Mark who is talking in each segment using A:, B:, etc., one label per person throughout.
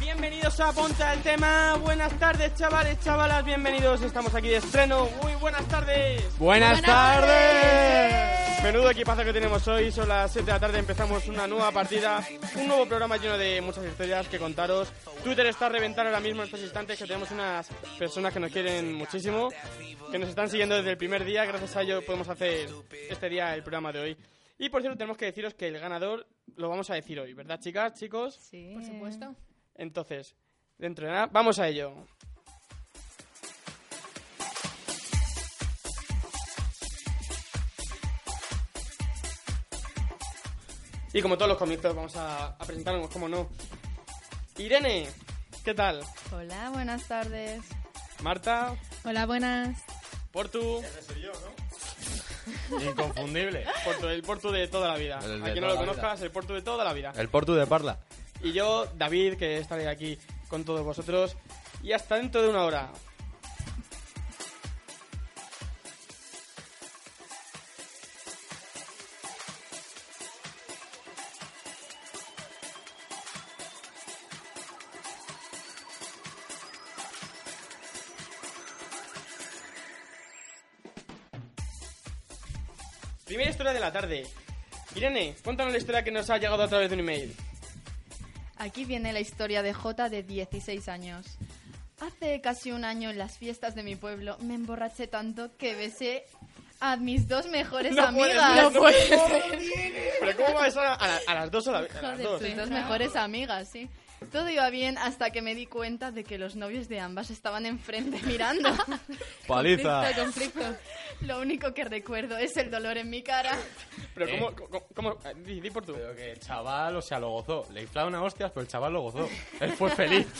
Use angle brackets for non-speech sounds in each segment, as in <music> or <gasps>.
A: bienvenidos a Ponta del Tema. Buenas tardes, chavales, chavalas, bienvenidos. Estamos aquí de estreno. Muy buenas tardes.
B: Buenas, tardes.
A: Menudo equipazo que tenemos hoy, son las 7 de la tarde, empezamos una nueva partida, un nuevo programa lleno de muchas historias que contaros. Twitter está a reventar ahora mismo en estos instantes, que tenemos unas personas que nos quieren muchísimo, que nos están siguiendo desde el primer día, gracias a ello podemos hacer este día el programa de hoy. Y por cierto, tenemos que deciros que el ganador lo vamos a decir hoy, ¿verdad chicas, chicos?
C: Sí.
D: Por supuesto.
A: Entonces, dentro de nada, vamos a ello. Y como todos los comienzos, vamos a, a presentarnos, como no. Irene, ¿qué tal?
C: Hola, buenas tardes.
A: Marta,
D: Hola, buenas.
A: Portu,
B: Inconfundible.
A: Portu, el Portu de toda la vida.
B: El de
A: A quien no
B: toda
A: lo
B: la
A: conozcas, el Portu de toda la vida.
B: El Portu de Parla.
A: Y yo, David, que estaré aquí con todos vosotros. Y hasta dentro de una hora. Primera historia de la tarde. Irene, cuéntanos la historia que nos ha llegado a través de un email.
C: Aquí viene la historia de Jota de 16 años. Hace casi un año en las fiestas de mi pueblo me emborraché tanto que besé a mis dos mejores
A: No puede
C: amigas.
A: ser, no puede ¿Pero cómo va a besar a, a la- a las dos a la vez? A las
D: Joder,
A: dos.
C: Mis dos mejores amigas, sí. Todo iba bien hasta que me di cuenta de que los novios de ambas estaban enfrente <laughs> mirando.
B: Paliza.
D: Conflicto, conflicto.
C: Lo único que recuerdo es el dolor en mi cara.
A: ¿Pero
B: ¿Eh?
A: cómo, cómo, cómo- eh, di, di por tú.
B: Pero que el chaval, o sea, lo gozó. Le inflaron a hostias, pero el chaval lo gozó. Él fue feliz.
A: <laughs>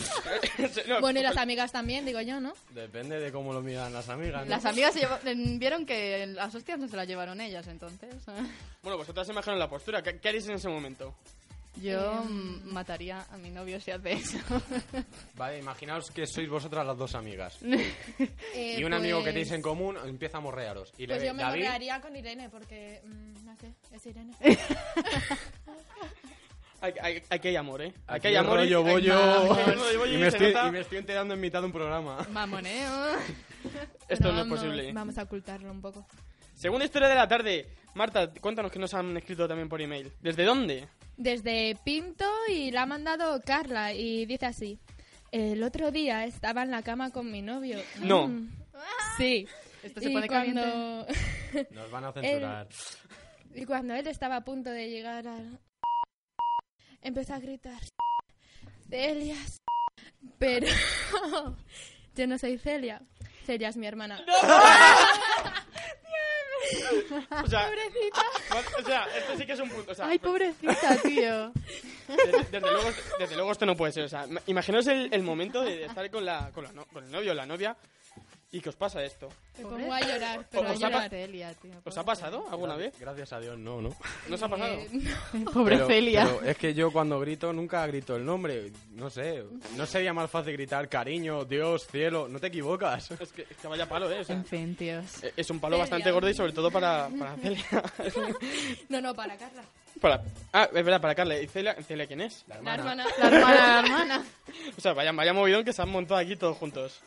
A: No, pues,
D: Bueno, y las amigas también, digo
B: <laughs>
D: yo, ¿no?
B: Depende de cómo lo miran las amigas. ¿no?
C: Las amigas se lleva- vieron que las hostias no se las llevaron ellas, entonces.
A: Bueno, vosotras se imaginaron la postura. ¿Qué, qué haréis en ese momento?
C: Yo
D: Em.
C: mm, mataría a mi novio si hace eso.
B: Vale, imaginaos que sois vosotras las dos amigas.
D: Eh,
B: y un amigo que
D: pues-
B: tenéis en común empieza a morrearos. Y le
D: Pues
B: ve,
D: yo me
B: David,
D: morrearía con Irene porque. mm, no sé,
B: <laughs>
D: es Irene.
A: Aquí hay, aquí hay amor, ¿eh? Aquí
B: aquí
A: hay
B: el
A: amor. y-
B: rollo
A: hay-
B: <laughs> bollo.
A: Aquí hay rollo bollo
B: Y
A: y
B: me
A: se
B: estoy-
A: nota-
B: y me estoy enterando en mitad de un programa.
C: <laughs> Mamoneo.
A: Esto
D: Bueno,
A: no es
D: vamos-
A: posible.
D: Vamos a ocultarlo un poco.
A: Segunda historia de la tarde. Marta, cuéntanos que nos han escrito también por email. ¿Desde dónde?
D: desde Pinto y la ha mandado Carla y dice así. El otro día estaba en la cama con mi novio.
A: No.
D: Mm.
C: <laughs>
D: Sí.
C: Esto Pues se
D: Y
C: pone caliente.
D: cuando, <laughs>
B: Nos van a censurar.
D: Eh. y cuando él estaba a punto de llegar al... <laughs> Empezó a gritar. <laughs> Celias. <laughs> Pero... <laughs> yo no soy Celia. Celia es mi hermana.
A: O sea,
D: Pobrecita.
A: <laughs> o sea, esto sí que es un punto. O sea,
D: Ah, Ay,
C: <laughs>
D: pobrecita, tío.
A: Desde, desde luego, desde luego esto no puede ser. O sea, ma- imaginaos el, el momento de estar con, la, con, la no- con el novio o la novia y que os pasa esto.
D: Me pongo a llorar,
A: O-
D: pero a
A: os ha pa-
D: llorar.
C: Celia, tío,
A: ¿Os ha
C: pobre
A: pasado alguna vez?
B: Gracias a Dios, no, ¿no?
A: ¿No os ha pasado?
D: Eh,
C: Celia. <laughs> Pobre
B: Pero-
C: Celia.
B: pero es que yo cuando grito nunca grito el nombre. No sé. No sería más fácil gritar cariño, Dios, cielo. No te equivocas.
A: Es que, es que vaya palo, ¿eh? O sea,
C: En fin, tíos.
A: eh, es un palo
D: Celia.
A: bastante gordo y sobre todo para, para Celia. <laughs>
D: No, no, para Carla.
A: para, ah, es verdad, para Carla. ¿Y Celia, Celia quién es?
D: La hermana.
C: La hermana, la hermana.
A: O sea, vaya, vaya movidón que se han montado aquí todos juntos.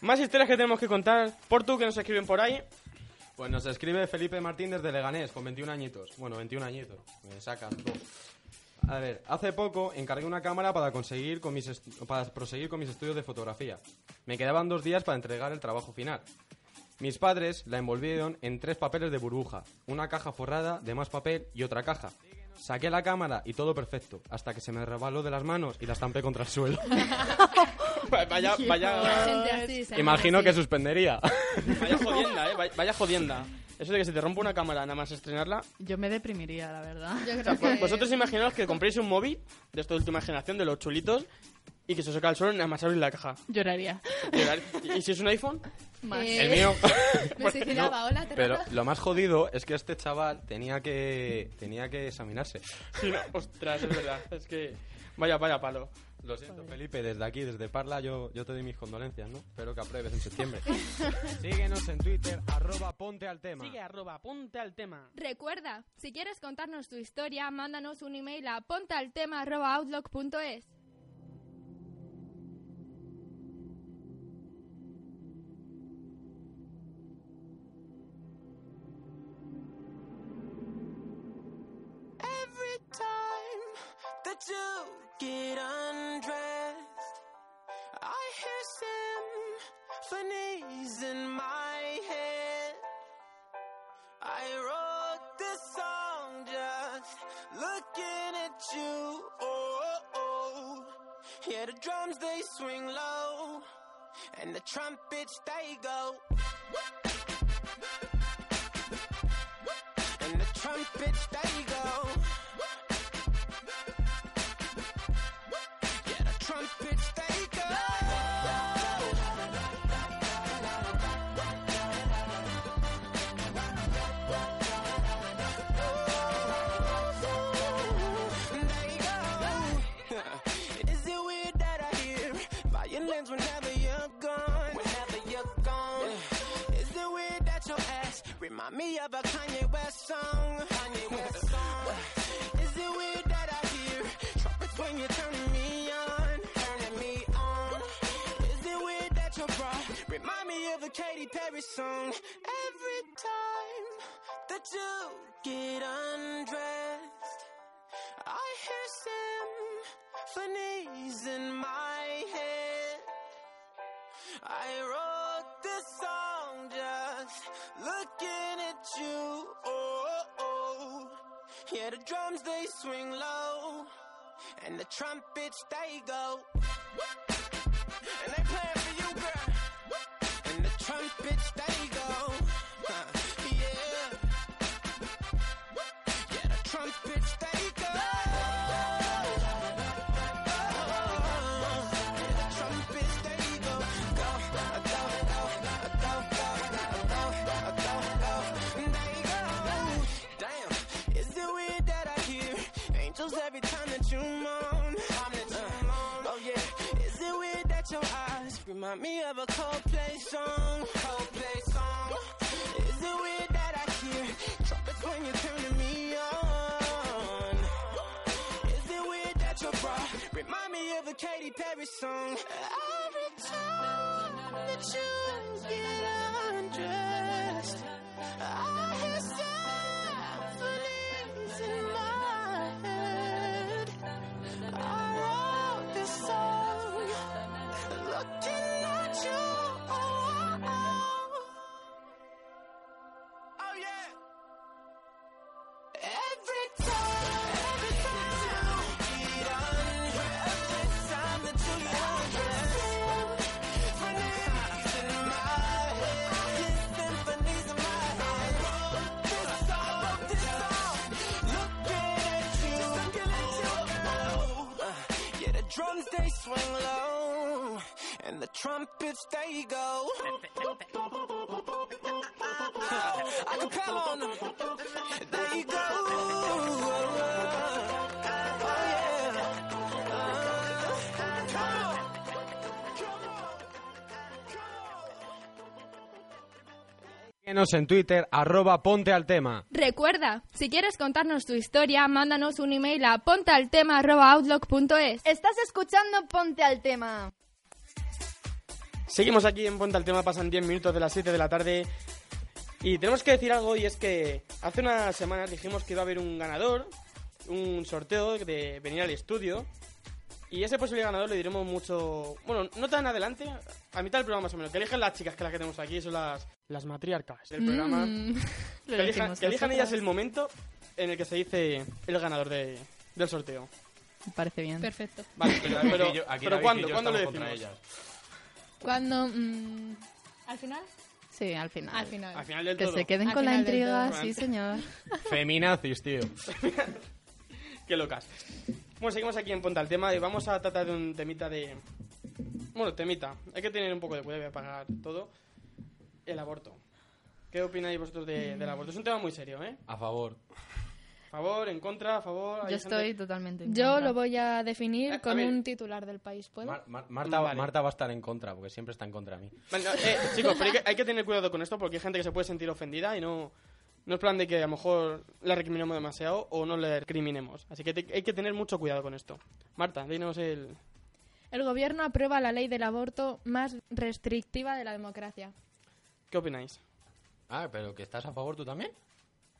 A: Más historias que tenemos que contar. Por tú que nos escriben por ahí. <laughs>
B: Pues nos escribe Felipe Martín desde Leganés, con 21 añitos. Bueno, 21 añitos. Me sacas tú. A ver, hace poco encargué una cámara para, conseguir con mis estu- para proseguir con mis estudios de fotografía. Me quedaban dos días para entregar el trabajo final. Mis padres la envolvieron en tres papeles de burbuja, una caja forrada de más papel y otra caja. Saqué la cámara y todo perfecto, hasta que se me rebaló de las manos y la estampé contra el suelo.
A: Va- Vaya,
D: La
A: vaya,
D: gente así, se
B: Imagino
D: llama
B: que
D: así.
B: suspendería. <laughs>
A: vaya jodienda, ¿eh? Vaya, vaya jodienda. Eso de que se te rompe una cámara nada más estrenarla,
C: Yo me deprimiría, la verdad.
D: Yo
A: O sea,
D: creo que...
A: Pues Vosotros imaginaos que compréis un móvil de esta última generación, de los chulitos, y que se os saca el sol nada más abrir la caja.
C: Lloraría.
A: Y, y si es un iPhone,
C: Más.
D: Eh, pues
B: El mío.
D: Me suicidaba, hola, te
B: Pero
D: rapas?
B: lo más jodido es que este chaval tenía que tenía que examinarse.
A: <laughs> sí, no, ostras, es verdad. Es que vaya, vaya palo.
B: Lo siento, Felipe, desde aquí, desde Parla, yo, yo te doy mis condolencias, ¿no? Espero que apruebes en
D: <laughs>
B: septiembre. Síguenos en Twitter, arroba ponte al tema.
A: Sigue arroba, apunta al tema.
D: Recuerda, si quieres contarnos tu historia, mándanos un email a pontealtema.outlook.es.
E: symphonies in my head. I wrote this song just looking at you. Oh, oh. yeah, the drums they swing low, and the trumpets they go. And the trumpets they go. Yeah, the trumpets they go. <laughs> Is it weird that I hear violins whenever you're gone? Whenever you're gone. Is it weird that your ass remind me of a Kanye West song? Kanye West song. Is it weird that I hear trumpets when you're turning me on? Turning me on. Is it weird that your bra remind me of a Katy Perry song? Every time that you get undressed. I hear symphonies in my head. I wrote this song just looking at you. Oh, oh. yeah, the drums they swing low, and the trumpets they go, and they play for you, girl. And the trumpets they go, Huh, yeah. Yeah, the trumpets they go. The trumpets they go. Go, go, go, go, go, go, go, go. They go. Damn, is it weird that I hear angels every time that you moan? Uh, oh yeah, is it weird that your eyes remind me of a Coldplay song? Coldplay song. Is it weird that I hear trumpets when you're turning me on? Is it weird that your bra remind me of a Katy Perry song? Every time that you get undressed, I hear symphonies in my head. I wrote this song looking at you. Oh, oh, oh. oh yeah. Every time, every time you undress, every time that you undress, symphonies in my head, yeah, symphonies in my head. I wrote this song, I wrote this song, looking at you, just looking at you. Oh, uh, yeah, the drums they swing low, and the trumpets they go. I can pal on them. There you go. Oh, yeah. Uh, come on.
B: Síguenos en Twitter, arroba ponte al tema.
D: Recuerda, si quieres contarnos tu historia, mándanos un email a pontealtema.outlook.es.
C: Estás escuchando Ponte al Tema.
A: Seguimos aquí en Ponte al Tema, pasan 10 minutos de las 7 de la tarde. Y tenemos que decir algo, y es que hace unas semanas dijimos que iba a haber un ganador, un sorteo de venir al estudio. Y ese posible ganador le diremos mucho. Bueno, no tan adelante, a mitad del programa más o menos. Que elijan las chicas que las que tenemos aquí, son las, las matriarcas del programa.
C: Mm,
A: que,
C: lo
A: elijan,
C: decimos
A: que elijan ellas
C: nosotras.
A: el momento en el que se dice el ganador de- del sorteo.
C: Me parece bien.
D: Perfecto.
A: Vale, pero,
B: Aquí
A: pero,
B: yo- aquí
A: pero
B: David y
A: ¿cuándo,
B: yo
A: ¿cuándo lo
B: estamos contra
A: decimos?
B: ellas.
D: Cuando... mm, ¿Al final?
C: Sí, al final.
D: Al final.
A: Al final del
C: Que
A: todo.
C: se queden
D: Al
C: con la
D: final del
C: intriga,
D: todo.
C: sí, señor.
B: Feminazis, tío.
A: Qué locas. Bueno, seguimos aquí en Ponta al tema y vamos a tratar de un temita de. Bueno, temita. Hay que tener un poco de cuidado voy a apagar todo. El aborto. ¿Qué opináis vosotros de- del aborto? Es un tema muy serio, ¿eh?
B: A favor.
A: ¿A favor, en contra, a favor. hay
C: Yo
A: gente-
C: estoy totalmente. en
D: Yo
C: contra.
D: lo voy a
A: Eh, a
D: definir con
A: ver.
D: un titular del país, ¿puedo?
B: Mar- Mar- Marta,
A: Vale.
B: Marta va a estar en contra, porque siempre está en contra de mí.
A: Vale, no, eh, chicos, pero hay que, hay que tener cuidado con esto porque hay gente que se puede sentir ofendida y no. No es plan de que a lo mejor la recriminemos demasiado o no la recriminemos. Así que te- hay que tener mucho cuidado con esto. Marta, dinos el.
D: El gobierno aprueba la ley del aborto más restrictiva de la democracia.
A: ¿Qué opináis?
B: Ah, pero que estás a favor tú también.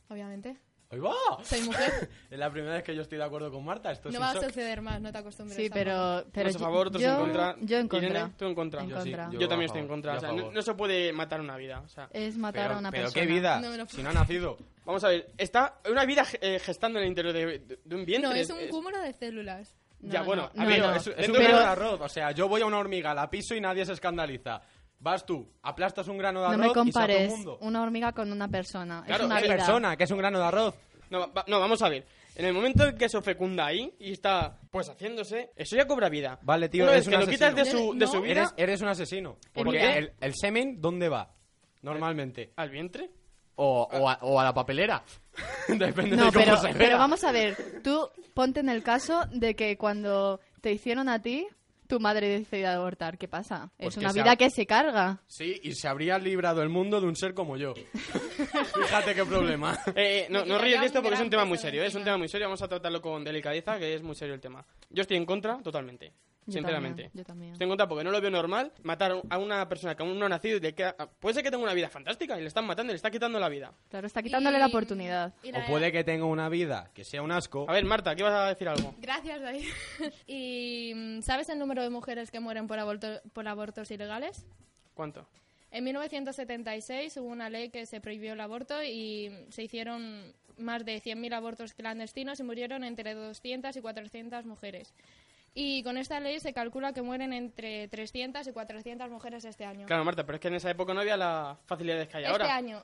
D: Obviamente.
B: ¡Ahí va!
D: Soy mujer.
B: Es la primera vez que yo estoy de acuerdo con Marta. Esto es
D: No
B: un
D: va a
B: shock.
D: suceder más, no te acostumbres.
C: Sí, pero, pero
A: Unos a favor, otros
C: yo,
A: en contra.
C: Yo en contra.
A: Irene, tú en contra.
C: En
A: Yo,
B: Yo sí,
C: contra.
B: yo-
A: también
B: a
A: estoy en
B: favor,
A: contra.
B: yo
A: O sea,
B: a
A: no,
B: favor.
A: no se puede matar una vida. O sea,
C: Es matar
B: Pero,
C: a una
B: pero
C: persona.
B: qué vida,
D: No me lo puedo-
B: si no ha nacido.
A: vamos a ver, está una vida eh, gestando en el interior de, de- de un vientre.
D: No, es
B: eh,
D: un cúmulo de células.
C: No,
A: ya,
C: no,
A: bueno,
C: no,
A: a ver,
C: no.
A: es-
B: Es un
A: Ah, Pero-
B: grano de arroz, o sea, yo voy a una hormiga, la piso y nadie se escandaliza. Vas tú, aplastas un grano de
C: No
B: arroz
C: me
B: y se hace
C: compares
B: un mundo.
C: una hormiga con una persona.
A: Claro,
C: es una
B: ¿Qué
C: vida.
B: persona? <laughs> que es un grano de arroz?
A: No, va- no, vamos a ver. En el momento en que se fecunda ahí y está, pues, haciéndose, eso ya cobra vida.
B: Vale, tío,
A: Una
B: eres
A: vez que
B: un
A: lo quitas de
D: asesino.
A: su, de
D: No.
A: su vida
B: Eres, eres un asesino.
A: mira.
B: Porque el, el semen, ¿dónde va? Normalmente.
A: al vientre,
B: O, o a, o a la papelera. <laughs> Depende de
C: No,
B: cómo
C: pero,
B: se vea.
C: pero vamos a ver. Tú ponte en el caso de que cuando te hicieron a ti, tu madre decidió abortar. ¿Qué pasa?
B: Pues
C: es
B: que
C: una
B: se
C: vida
B: ha-
C: que se carga.
B: Sí, y se habría librado el mundo de un ser
C: <laughs>
B: como yo. Fíjate qué problema.
A: Eh, eh, no, no
D: Me
A: ríes
D: quitaría
A: de esto
D: un
A: porque es
D: gran
A: un tema
D: peso
A: muy
D: de
A: serio. ¿eh? Es un
D: encima.
A: tema muy serio. Vamos a tratarlo con delicadeza, que es muy serio el tema. Yo estoy en contra, totalmente.
C: Yo
A: sinceramente.
C: también, yo también.
A: Estoy en contra porque no lo veo normal matar a una persona que aún no ha nacido y le queda. Puede ser que tenga una vida fantástica y le están matando, y le está quitando la vida.
C: Claro, está quitándole la oportunidad.
B: O
C: eh.
B: puede que tenga una vida que sea un asco.
A: A ver, Marta, ¿qué vas a decir algo?
D: Gracias, David. <laughs> ¿Y mm, sabes el número de mujeres que mueren por, aborto- por abortos ilegales?
A: ¿Cuánto?
D: En 1976 hubo una ley que se prohibió el aborto y se hicieron más de 100.000 abortos clandestinos y murieron entre 200 y 400 mujeres. Y con esta ley se calcula que mueren entre 300 y 400 mujeres este año.
A: Claro, Marta, pero es que en esa época no había las facilidades que hay
D: este
A: ahora.
D: año.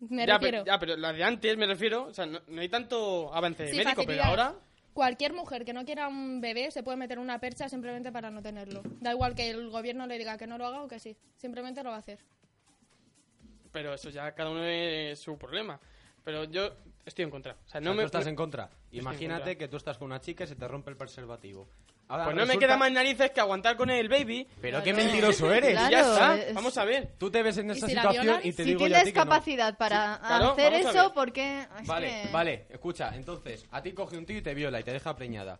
D: Me
A: ya, pero,
D: refiero.
A: ya, pero las de antes me refiero. O sea, no, no hay tanto avance
D: Sí,
A: médico, pero
D: facilidades.
A: ahora.
D: Cualquier mujer que no quiera un bebé se puede meter una percha simplemente para no tenerlo. Da igual que el gobierno le diga que no lo haga o que sí. Simplemente lo va a hacer.
A: Pero eso ya cada uno es su problema. Pero yo estoy en contra. O sea, no
B: no
A: me.
B: estás en contra. Imagínate
A: contra.
B: que tú estás con una chica y se te rompe el preservativo. Ahora
A: Pues no me
B: resulta-
A: queda más narices que aguantar con el baby.
B: Pero qué mentiroso eres.
A: Y
C: Claro.
A: ya está.
C: es-
A: Vamos a ver.
B: Tú te ves en esta
D: si la
B: situación
D: violan?
B: y te
C: si
B: digo yo a ti
C: tienes
B: que no.
C: capacidad para
A: claro,
C: hacer
A: vamos a
C: eso,
A: ver.
C: porque... es
B: Vale,
C: que
B: vale, escucha, entonces, a ti coge un tío y te viola y te deja preñada.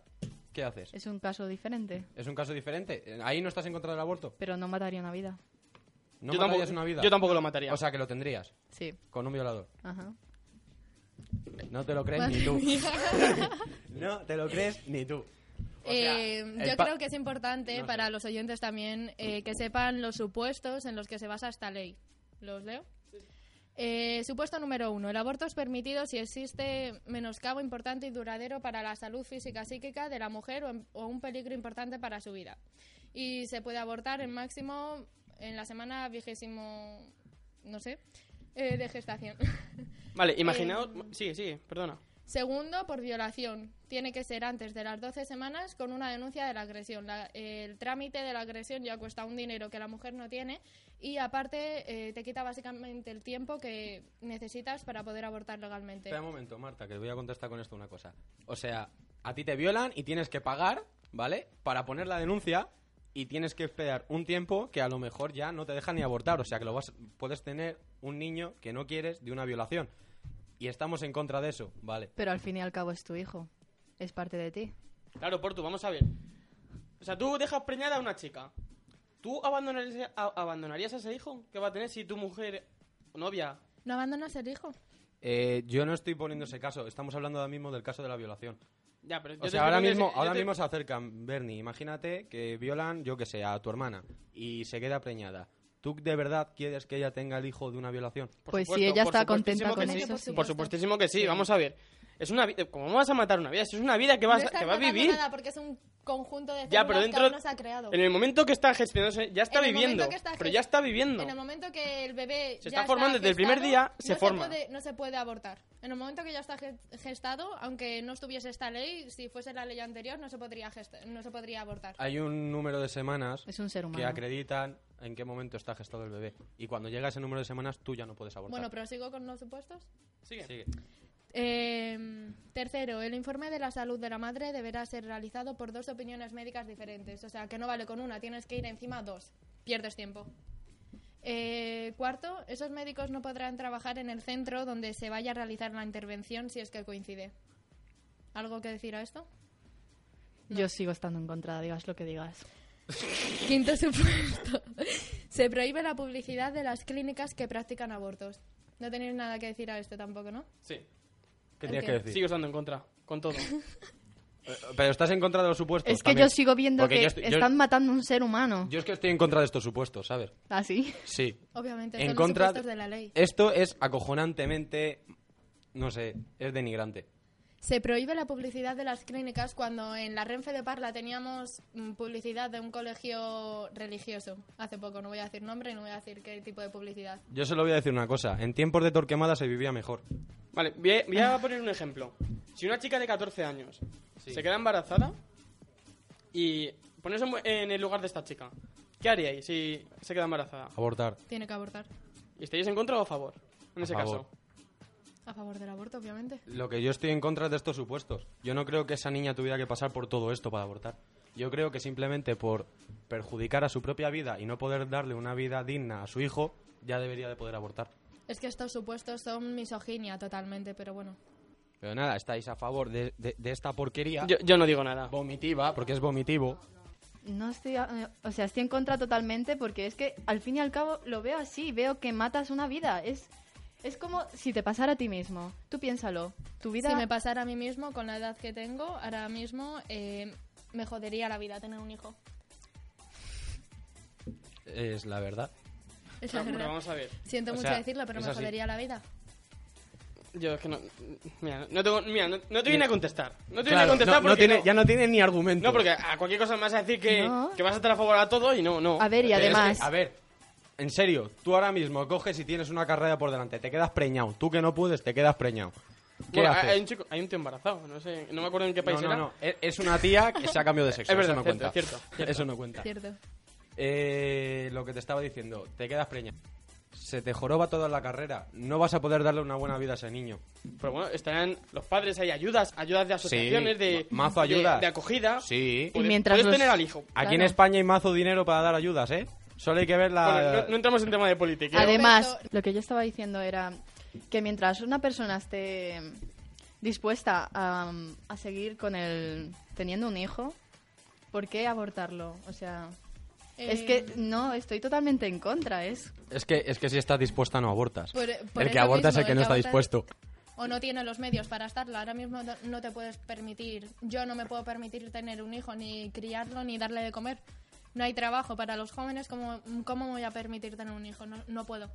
B: ¿Qué haces?
C: Es un caso diferente,
B: ¿Es un caso diferente? ¿Ahí no estás en contra del aborto?
C: pero no mataría una vida.
B: ¿No
A: yo,
B: matarías
A: tampoco,
B: una vida?
A: yo tampoco lo mataría.
B: O sea, que lo tendrías,
C: Sí,
B: con un violador.
C: ajá.
B: No te lo crees
D: <laughs>
B: ni tú. no te lo crees ni tú. O sea,
D: Eh,
B: el
D: yo
B: pa-
D: creo que es importante
B: No sé.
D: para los oyentes también eh, que sepan los supuestos en los que se basa esta ley. ¿Los leo? Eh, supuesto número uno. El aborto es permitido si existe menoscabo importante y duradero para la salud física psíquica de la mujer o, en- o un peligro importante para su vida. Y se puede abortar en máximo en la semana vigésimo, no sé, eh, de gestación.
A: vale,
C: eh.
A: imaginaos. Sigue, sigue, perdona.
D: Segundo, por violación. Tiene que ser antes de las 12 semanas con una denuncia de la agresión. La- el trámite de la agresión ya cuesta un dinero que la mujer no tiene y aparte eh, te quita básicamente el tiempo que necesitas para poder abortar legalmente.
B: Espera un momento, Marta, que te voy a contestar con esto una cosa. O sea, a ti te violan y tienes que pagar, ¿vale? Para poner la denuncia y tienes que esperar un tiempo que a lo mejor ya no te deja ni abortar. O sea, que lo vas, puedes tener un niño que no quieres de una violación. Y estamos en contra de eso, ¿vale?
C: Pero al fin y al cabo es tu hijo, es parte de ti.
A: Claro, Portu, vamos a ver. O sea, tú dejas preñada a una chica. ¿Tú abandonarías a, abandonarías a ese hijo que va a tener si tu mujer o novia?
D: ¿No abandonas el hijo?
B: Eh, yo no estoy poniendo ese caso, estamos hablando ahora mismo del caso de la violación.
A: Ya, pero yo
B: O
A: te
B: sea, ahora
A: estoy
B: mismo,
A: poniendo ese-
B: ahora
A: yo te-
B: mismo se acercan, Bernie. Imagínate que violan, yo que sé, a tu hermana y se queda preñada. ¿Tú de verdad quieres que ella tenga el hijo de una violación?
A: Por
C: Pues si
A: supuesto,
C: ella
A: por
C: está
A: supuestísimo
C: contenta
A: que
C: con
A: sí.
C: eso,
A: Por
C: sí.
A: supuestísimo supuestísimo que sí, vamos a ver. Es una vi- ¿Cómo vas a matar una vida? Si Es una vida que vas,
D: no estás
A: que va a
D: matando
A: vivir.
D: nada porque es un conjunto de
A: Ya,
D: células
A: pero
D: que
A: dentro.
D: aún no se ha creado.
A: En el momento que está gestionándose, ya está
D: En el momento
A: viviendo.
D: que está
A: pero
D: gest-
A: ya está viviendo.
D: En el momento que el bebé
A: Se
D: ya
A: está formando desde el primer día, se
D: no
A: forma.
D: puede- no se puede abortar. En el momento que ya está ge- gestado, aunque no estuviese esta ley, si fuese la ley anterior, no se podría, gest- no se podría abortar.
B: Hay un número de semanas
C: Es un ser humano.
B: que acreditan en qué momento está gestado el bebé. Y cuando llega ese número de semanas, tú ya no puedes abortar.
D: Bueno, prosigo con los supuestos.
A: Sigue.
B: Sigue.
D: Eh, tercero, el informe de la salud de la madre deberá ser realizado por dos opiniones médicas diferentes. O sea, que no vale con una, tienes que ir encima dos. Pierdes tiempo. Eh, cuarto, esos médicos no podrán trabajar en el centro donde se vaya a realizar la intervención si es que coincide. ¿Algo que decir a esto?
C: Yo sigo estando en contra, digas lo que digas.
D: Quinto supuesto. Se prohíbe la publicidad de las clínicas que practican abortos. No tenéis nada que decir a esto tampoco, ¿no?
A: Sí.
B: ¿Qué
D: ¿El
B: tienes
D: qué?
B: que decir?
A: Sigo estando en contra, con
D: <laughs>
A: todo.
B: Eh, Pero estás en contra de los supuestos.
C: Es que yo
B: también.
C: sigo viendo
B: Porque
C: que
B: yo estoy- yo-
C: están matando a un ser humano.
B: Yo es que estoy en contra de estos supuestos, ¿sabes?
C: Así.
B: Sí.
D: Obviamente,
B: en
D: todos los
B: contra.
D: supuestos de la ley.
B: Esto es acojonantemente. No sé, es denigrante.
D: Se prohíbe la publicidad de las clínicas cuando en la Renfe de Parla teníamos mm, publicidad de un colegio religioso. Hace poco, no voy a decir nombre y no voy a decir qué tipo de publicidad.
B: Yo solo voy a decir una cosa. En tiempos de Torquemada se vivía mejor.
A: Vale, voy a, voy a poner un ejemplo. Si una chica de 14 años se queda embarazada y poneros en- en el lugar de esta chica, ¿qué haríais si se queda embarazada?
B: Abortar.
D: Tiene que abortar.
A: ¿Y ¿Estaríais en contra o a favor? En
B: A
A: ese
B: favor.
A: caso.
D: A favor del aborto, obviamente.
B: Lo que yo estoy en contra es de estos supuestos. Yo no creo que esa niña tuviera que pasar por todo esto para abortar. Yo creo que simplemente por perjudicar a su propia vida y no poder darle una vida digna a su hijo, ya debería de poder abortar.
D: Es que estos supuestos son misoginia totalmente, pero bueno.
B: Pero nada, estáis a favor de, de- de esta porquería
A: Yo, yo no digo nada.
B: vomitiva, porque es vomitivo.
C: No estoy, eh, o sea, estoy en contra totalmente porque es que al fin y al cabo lo veo así, veo que matas una vida, es es como si te pasara a ti mismo. Tú piénsalo. Tu vida
D: Si me pasara a mí mismo, con la edad que tengo, ahora mismo eh, me jodería la vida tener un hijo.
B: Es la verdad.
D: Es la
A: Ah, Pero
D: verdad.
A: vamos a ver.
D: Siento
B: O
D: mucho
B: sea,
D: decirlo, pero
B: es
D: me
B: así.
D: jodería la vida.
A: Yo es que no. Mira, no, tengo, mira, no, no te viene a contestar. No te viene a
B: Claro,
A: contestar
B: no- no
A: porque.
B: tiene-
A: no,
B: Ya no tiene ni argumento.
A: No, porque a cualquier cosa me vas a decir que,
C: No.
A: que vas a estar a favor a todo y no, Eh, no.
C: A ver, y
B: Pero es que,
C: además,
B: a ver, en serio, tú ahora mismo coges y tienes una carrera por delante, te quedas preñado. Tú que no puedes, te quedas preñado. ¿Qué
A: Bueno,
B: haces?
A: hay, un chico, hay un tío embarazado, no sé. No me acuerdo en qué país
B: no, no,
A: era.
B: no. Es es una tía que se ha cambiado de
A: <laughs>
B: sexo.
A: Es verdad,
B: eso no
A: cierto,
B: cuenta.
A: cierto, cierto.
B: Eso no cuenta.
D: Cierto.
B: Eh, lo que te estaba diciendo, te quedas preña. Se te joroba toda la carrera. No vas a poder darle una buena vida a ese niño.
A: Pero bueno, estarán los padres, hay ayudas, ayudas de asociaciones,
B: Sí,
A: de,
B: ma- mazo
A: de-
B: ayuda.
A: De, acogida.
B: Sí.
A: Puedes,
C: Y mientras
A: puedes
C: los-
A: tener al hijo.
B: Aquí en
C: Claro.
B: España hay mazo dinero para dar ayudas, ¿eh? Solo hay que ver la...
A: Bueno, no, no entramos en tema de política. ¿eh?
C: además
D: Roberto-
C: lo que yo estaba diciendo era que mientras una persona esté dispuesta a, a seguir con el teniendo un hijo, ¿por qué abortarlo? O sea, es
D: Eh,
C: que no, estoy totalmente en contra, es
B: Es que, es que si estás dispuesta no abortas.
D: Por- e- por
B: el que
D: eso
B: aborta es
D: mismo,
B: el que no está
D: aborta-
B: dispuesto.
D: O no tiene los medios para estarlo. Ahora mismo no- no te puedes permitir. Yo no me puedo permitir tener un hijo, ni criarlo, ni darle de comer. No hay trabajo para los jóvenes. ¿Cómo, cómo me voy a permitir tener un hijo? No, no puedo.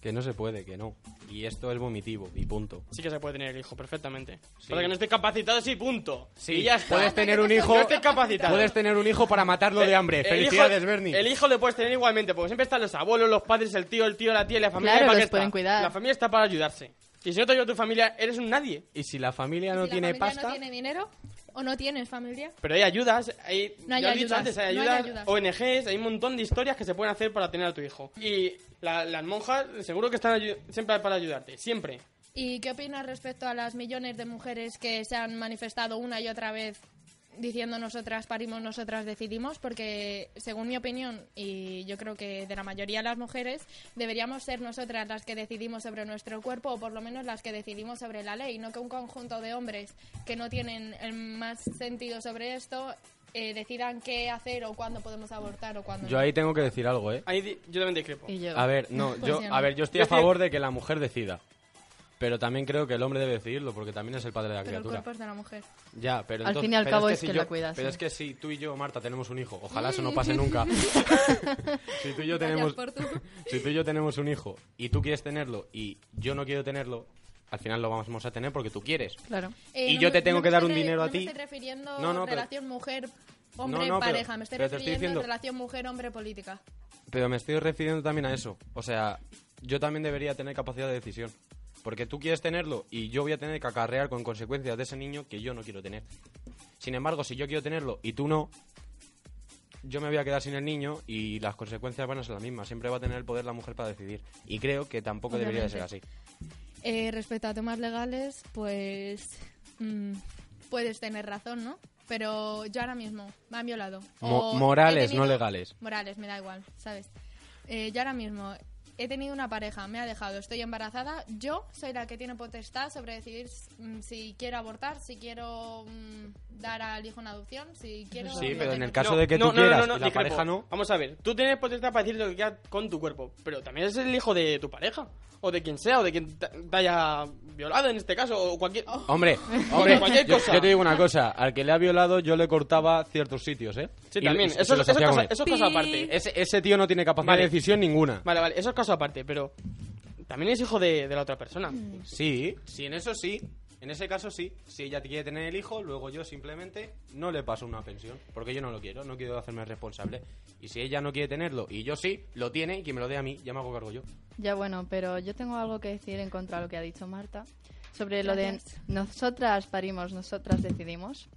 B: Que no se puede, que no. Y esto es vomitivo, y punto.
A: Sí que se puede tener el hijo perfectamente.
B: Sí.
A: Para que no esté capacitado, sí, punto.
B: Sí,
A: y ya está.
B: puedes tener un hijo...
A: No esté capacitado.
B: Puedes tener un hijo para matarlo de hambre.
A: El
B: Felicidades,
A: hijo,
B: Bernie.
A: El hijo le puedes tener igualmente, porque siempre están los abuelos, los padres, el tío, el tío, la tía y la familia.
C: Claro,
A: ¿para
C: los
A: qué está?
C: pueden cuidar.
A: La familia está para ayudarse. Y si no te ayuda tu familia, eres un nadie.
B: Y si la familia no
D: Si la
B: tiene
D: familia
B: pasta...
D: no tiene dinero o no tienes familia.
A: Pero hay ayudas, hay,
D: No hay
A: ya lo he dicho
D: ayudas,
A: antes, hay
D: no hay
A: ayudas,
D: ayudas.
A: ONGs, hay un montón de historias que se pueden hacer para tener a tu hijo. Y la- las monjas seguro que están ayu- siempre para ayudarte, siempre.
D: ¿Y qué opinas respecto a las millones de mujeres que se han manifestado una y otra vez diciendo nosotras parimos, nosotras decidimos? Porque, según mi opinión, y yo creo que de la mayoría de las mujeres, deberíamos ser nosotras las que decidimos sobre nuestro cuerpo o por lo menos las que decidimos sobre la ley, no que un conjunto de hombres que no tienen el más sentido sobre esto eh, decidan qué hacer o cuándo podemos abortar o cuándo
B: Yo
D: no.
B: ahí tengo que decir algo, ¿eh?
A: Ahí di- yo también discrepo.
C: y yo.
B: A ver, no,
D: Pues
B: yo,
D: ya no.
B: a ver, yo estoy
A: Yo
B: a
A: estoy-
B: favor de que la mujer decida. Pero también creo que el hombre debe decidirlo, porque también es el padre de la
D: Pero el
B: criatura.
D: cuerpo es de la mujer.
B: Ya, pero
C: Al
B: entonces-
C: fin y al
B: pero
C: cabo
B: que
C: es
B: si
C: que
B: yo-
C: la cuida,
B: Pero
C: sí.
B: es que si tú y yo, Marta, tenemos un hijo, ojalá eso no pase nunca. <laughs> si tú y yo tenemos,
D: por tú.
B: <laughs> si tú y yo tenemos un hijo y tú quieres tenerlo y yo no quiero tenerlo, al final lo vamos a tener porque tú quieres.
C: Claro.
B: Y yo
D: Eh, me-
B: te tengo
D: me
B: que dar
D: estoy
B: un
D: re-
B: dinero a
D: no me
B: ti.
D: estoy refiriendo
B: No, no, pero-
D: relación mujer-hombre
B: No, no, pero-
D: pareja, me estoy
B: pero te estoy
D: refiriendo
B: diciendo-
D: relación mujer-hombre política.
B: Pero me estoy refiriendo también a eso. O sea, yo también debería tener capacidad de decisión. Porque tú quieres tenerlo y yo voy a tener que acarrear con consecuencias de ese niño que yo no quiero tener. Sin embargo, si yo quiero tenerlo y tú no, yo me voy a quedar sin el niño y las consecuencias van a ser las mismas. Siempre va a tener el poder la mujer para decidir. Y creo que tampoco debería de ser así.
D: Eh, respecto a temas legales, pues mm, puedes tener razón, ¿no? Pero yo ahora mismo me han violado.
B: Mo-
D: O
B: morales,
D: he tenido-
B: no legales.
D: Morales, me da igual, ¿sabes? Eh, yo ahora mismo he tenido una pareja, me ha dejado, estoy embarazada, yo soy la que tiene potestad sobre decidir mm, si quiero abortar, si quiero mm, dar al hijo una adopción, si quiero...
B: Sí,
D: no
B: pero en
D: tener-
B: el caso de que tú quieras y la
A: discrepo.
B: pareja no.
A: Vamos a ver, tú tienes potestad para decir lo que quieras con tu cuerpo, pero también es el hijo de tu pareja, o de quien sea, o de quien te te haya violado en este caso, o cualquier...
B: Hombre,
A: Hombre,
B: hombre,
A: cualquier
B: yo,
A: cosa.
B: yo te digo una cosa, al que le ha violado yo le cortaba ciertos sitios, ¿eh?
A: Sí,
B: Y-
A: también,
B: y se
A: eso,
B: los
A: eso es
B: hacía
A: cosa,
B: comer.
A: eso es cosa aparte.
B: Ese, ese tío no tiene capacidad
A: Vale.
B: de decisión ninguna.
A: Vale, vale, eso es caso aparte, pero también es hijo de, de la otra persona.
B: Sí, sí, en eso sí. En ese caso sí. Si ella quiere tener el hijo, luego yo simplemente no le paso una pensión. Porque yo no lo quiero, no quiero hacerme responsable. Y si ella no quiere tenerlo y yo sí, lo tiene y que me lo dé a mí, ya me hago cargo yo.
C: Ya bueno, pero yo tengo algo que decir en contra de lo que ha dicho Marta sobre lo de nosotras parimos, nosotras decidimos.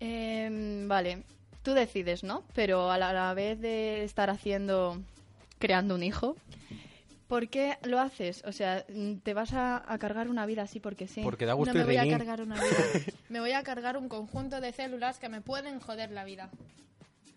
C: Em, vale, tú decides, ¿no? Pero a la, a la vez de estar haciendo, creando un hijo, ¿por qué lo haces? O sea, mm, te vas a, a cargar una vida así porque sí.
B: Porque da gusto
D: No me
B: y
D: voy a
B: reñir.
D: cargar una vida. Me voy a cargar un conjunto de células que me pueden joder la vida.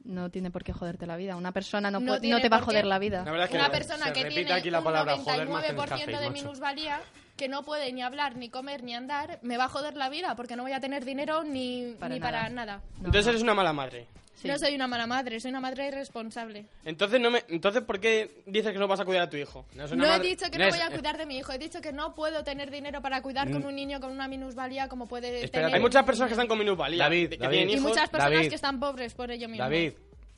C: No tiene por qué joderte la vida. Una persona no,
D: No
C: puede- no
D: tiene
C: te va a
D: por
C: joder
D: qué.
C: la vida.
A: La verdad es que
D: Una
A: no.
B: se
D: persona que
B: repite
D: tiene
B: aquí la palabra,
D: un
B: joder, más que en
D: 99% de
B: Half-Life, macho.
D: minusvalía que no puede ni hablar, ni comer, ni andar, me va a joder la vida porque no voy a tener dinero ni ni
C: Para nada.
D: para nada.
C: No,
A: Entonces
C: no.
A: eres una mala madre.
C: Sí.
D: No soy una mala madre, soy una madre irresponsable.
A: Entonces, no me, entonces ¿por qué dices que no vas a cuidar a tu hijo?
D: No he dicho que no, voy a
B: eh.
D: cuidar de mi hijo, he dicho que no puedo tener dinero para cuidar con un niño con una minusvalía como puede
B: Mm. Espérate.
D: tener...
A: Hay muchas personas que están con minusvalía.
B: David,
A: que
B: David.
A: tienen
D: y
A: hijos.
D: muchas personas
B: David.
D: que están pobres por ello mismo.
B: David,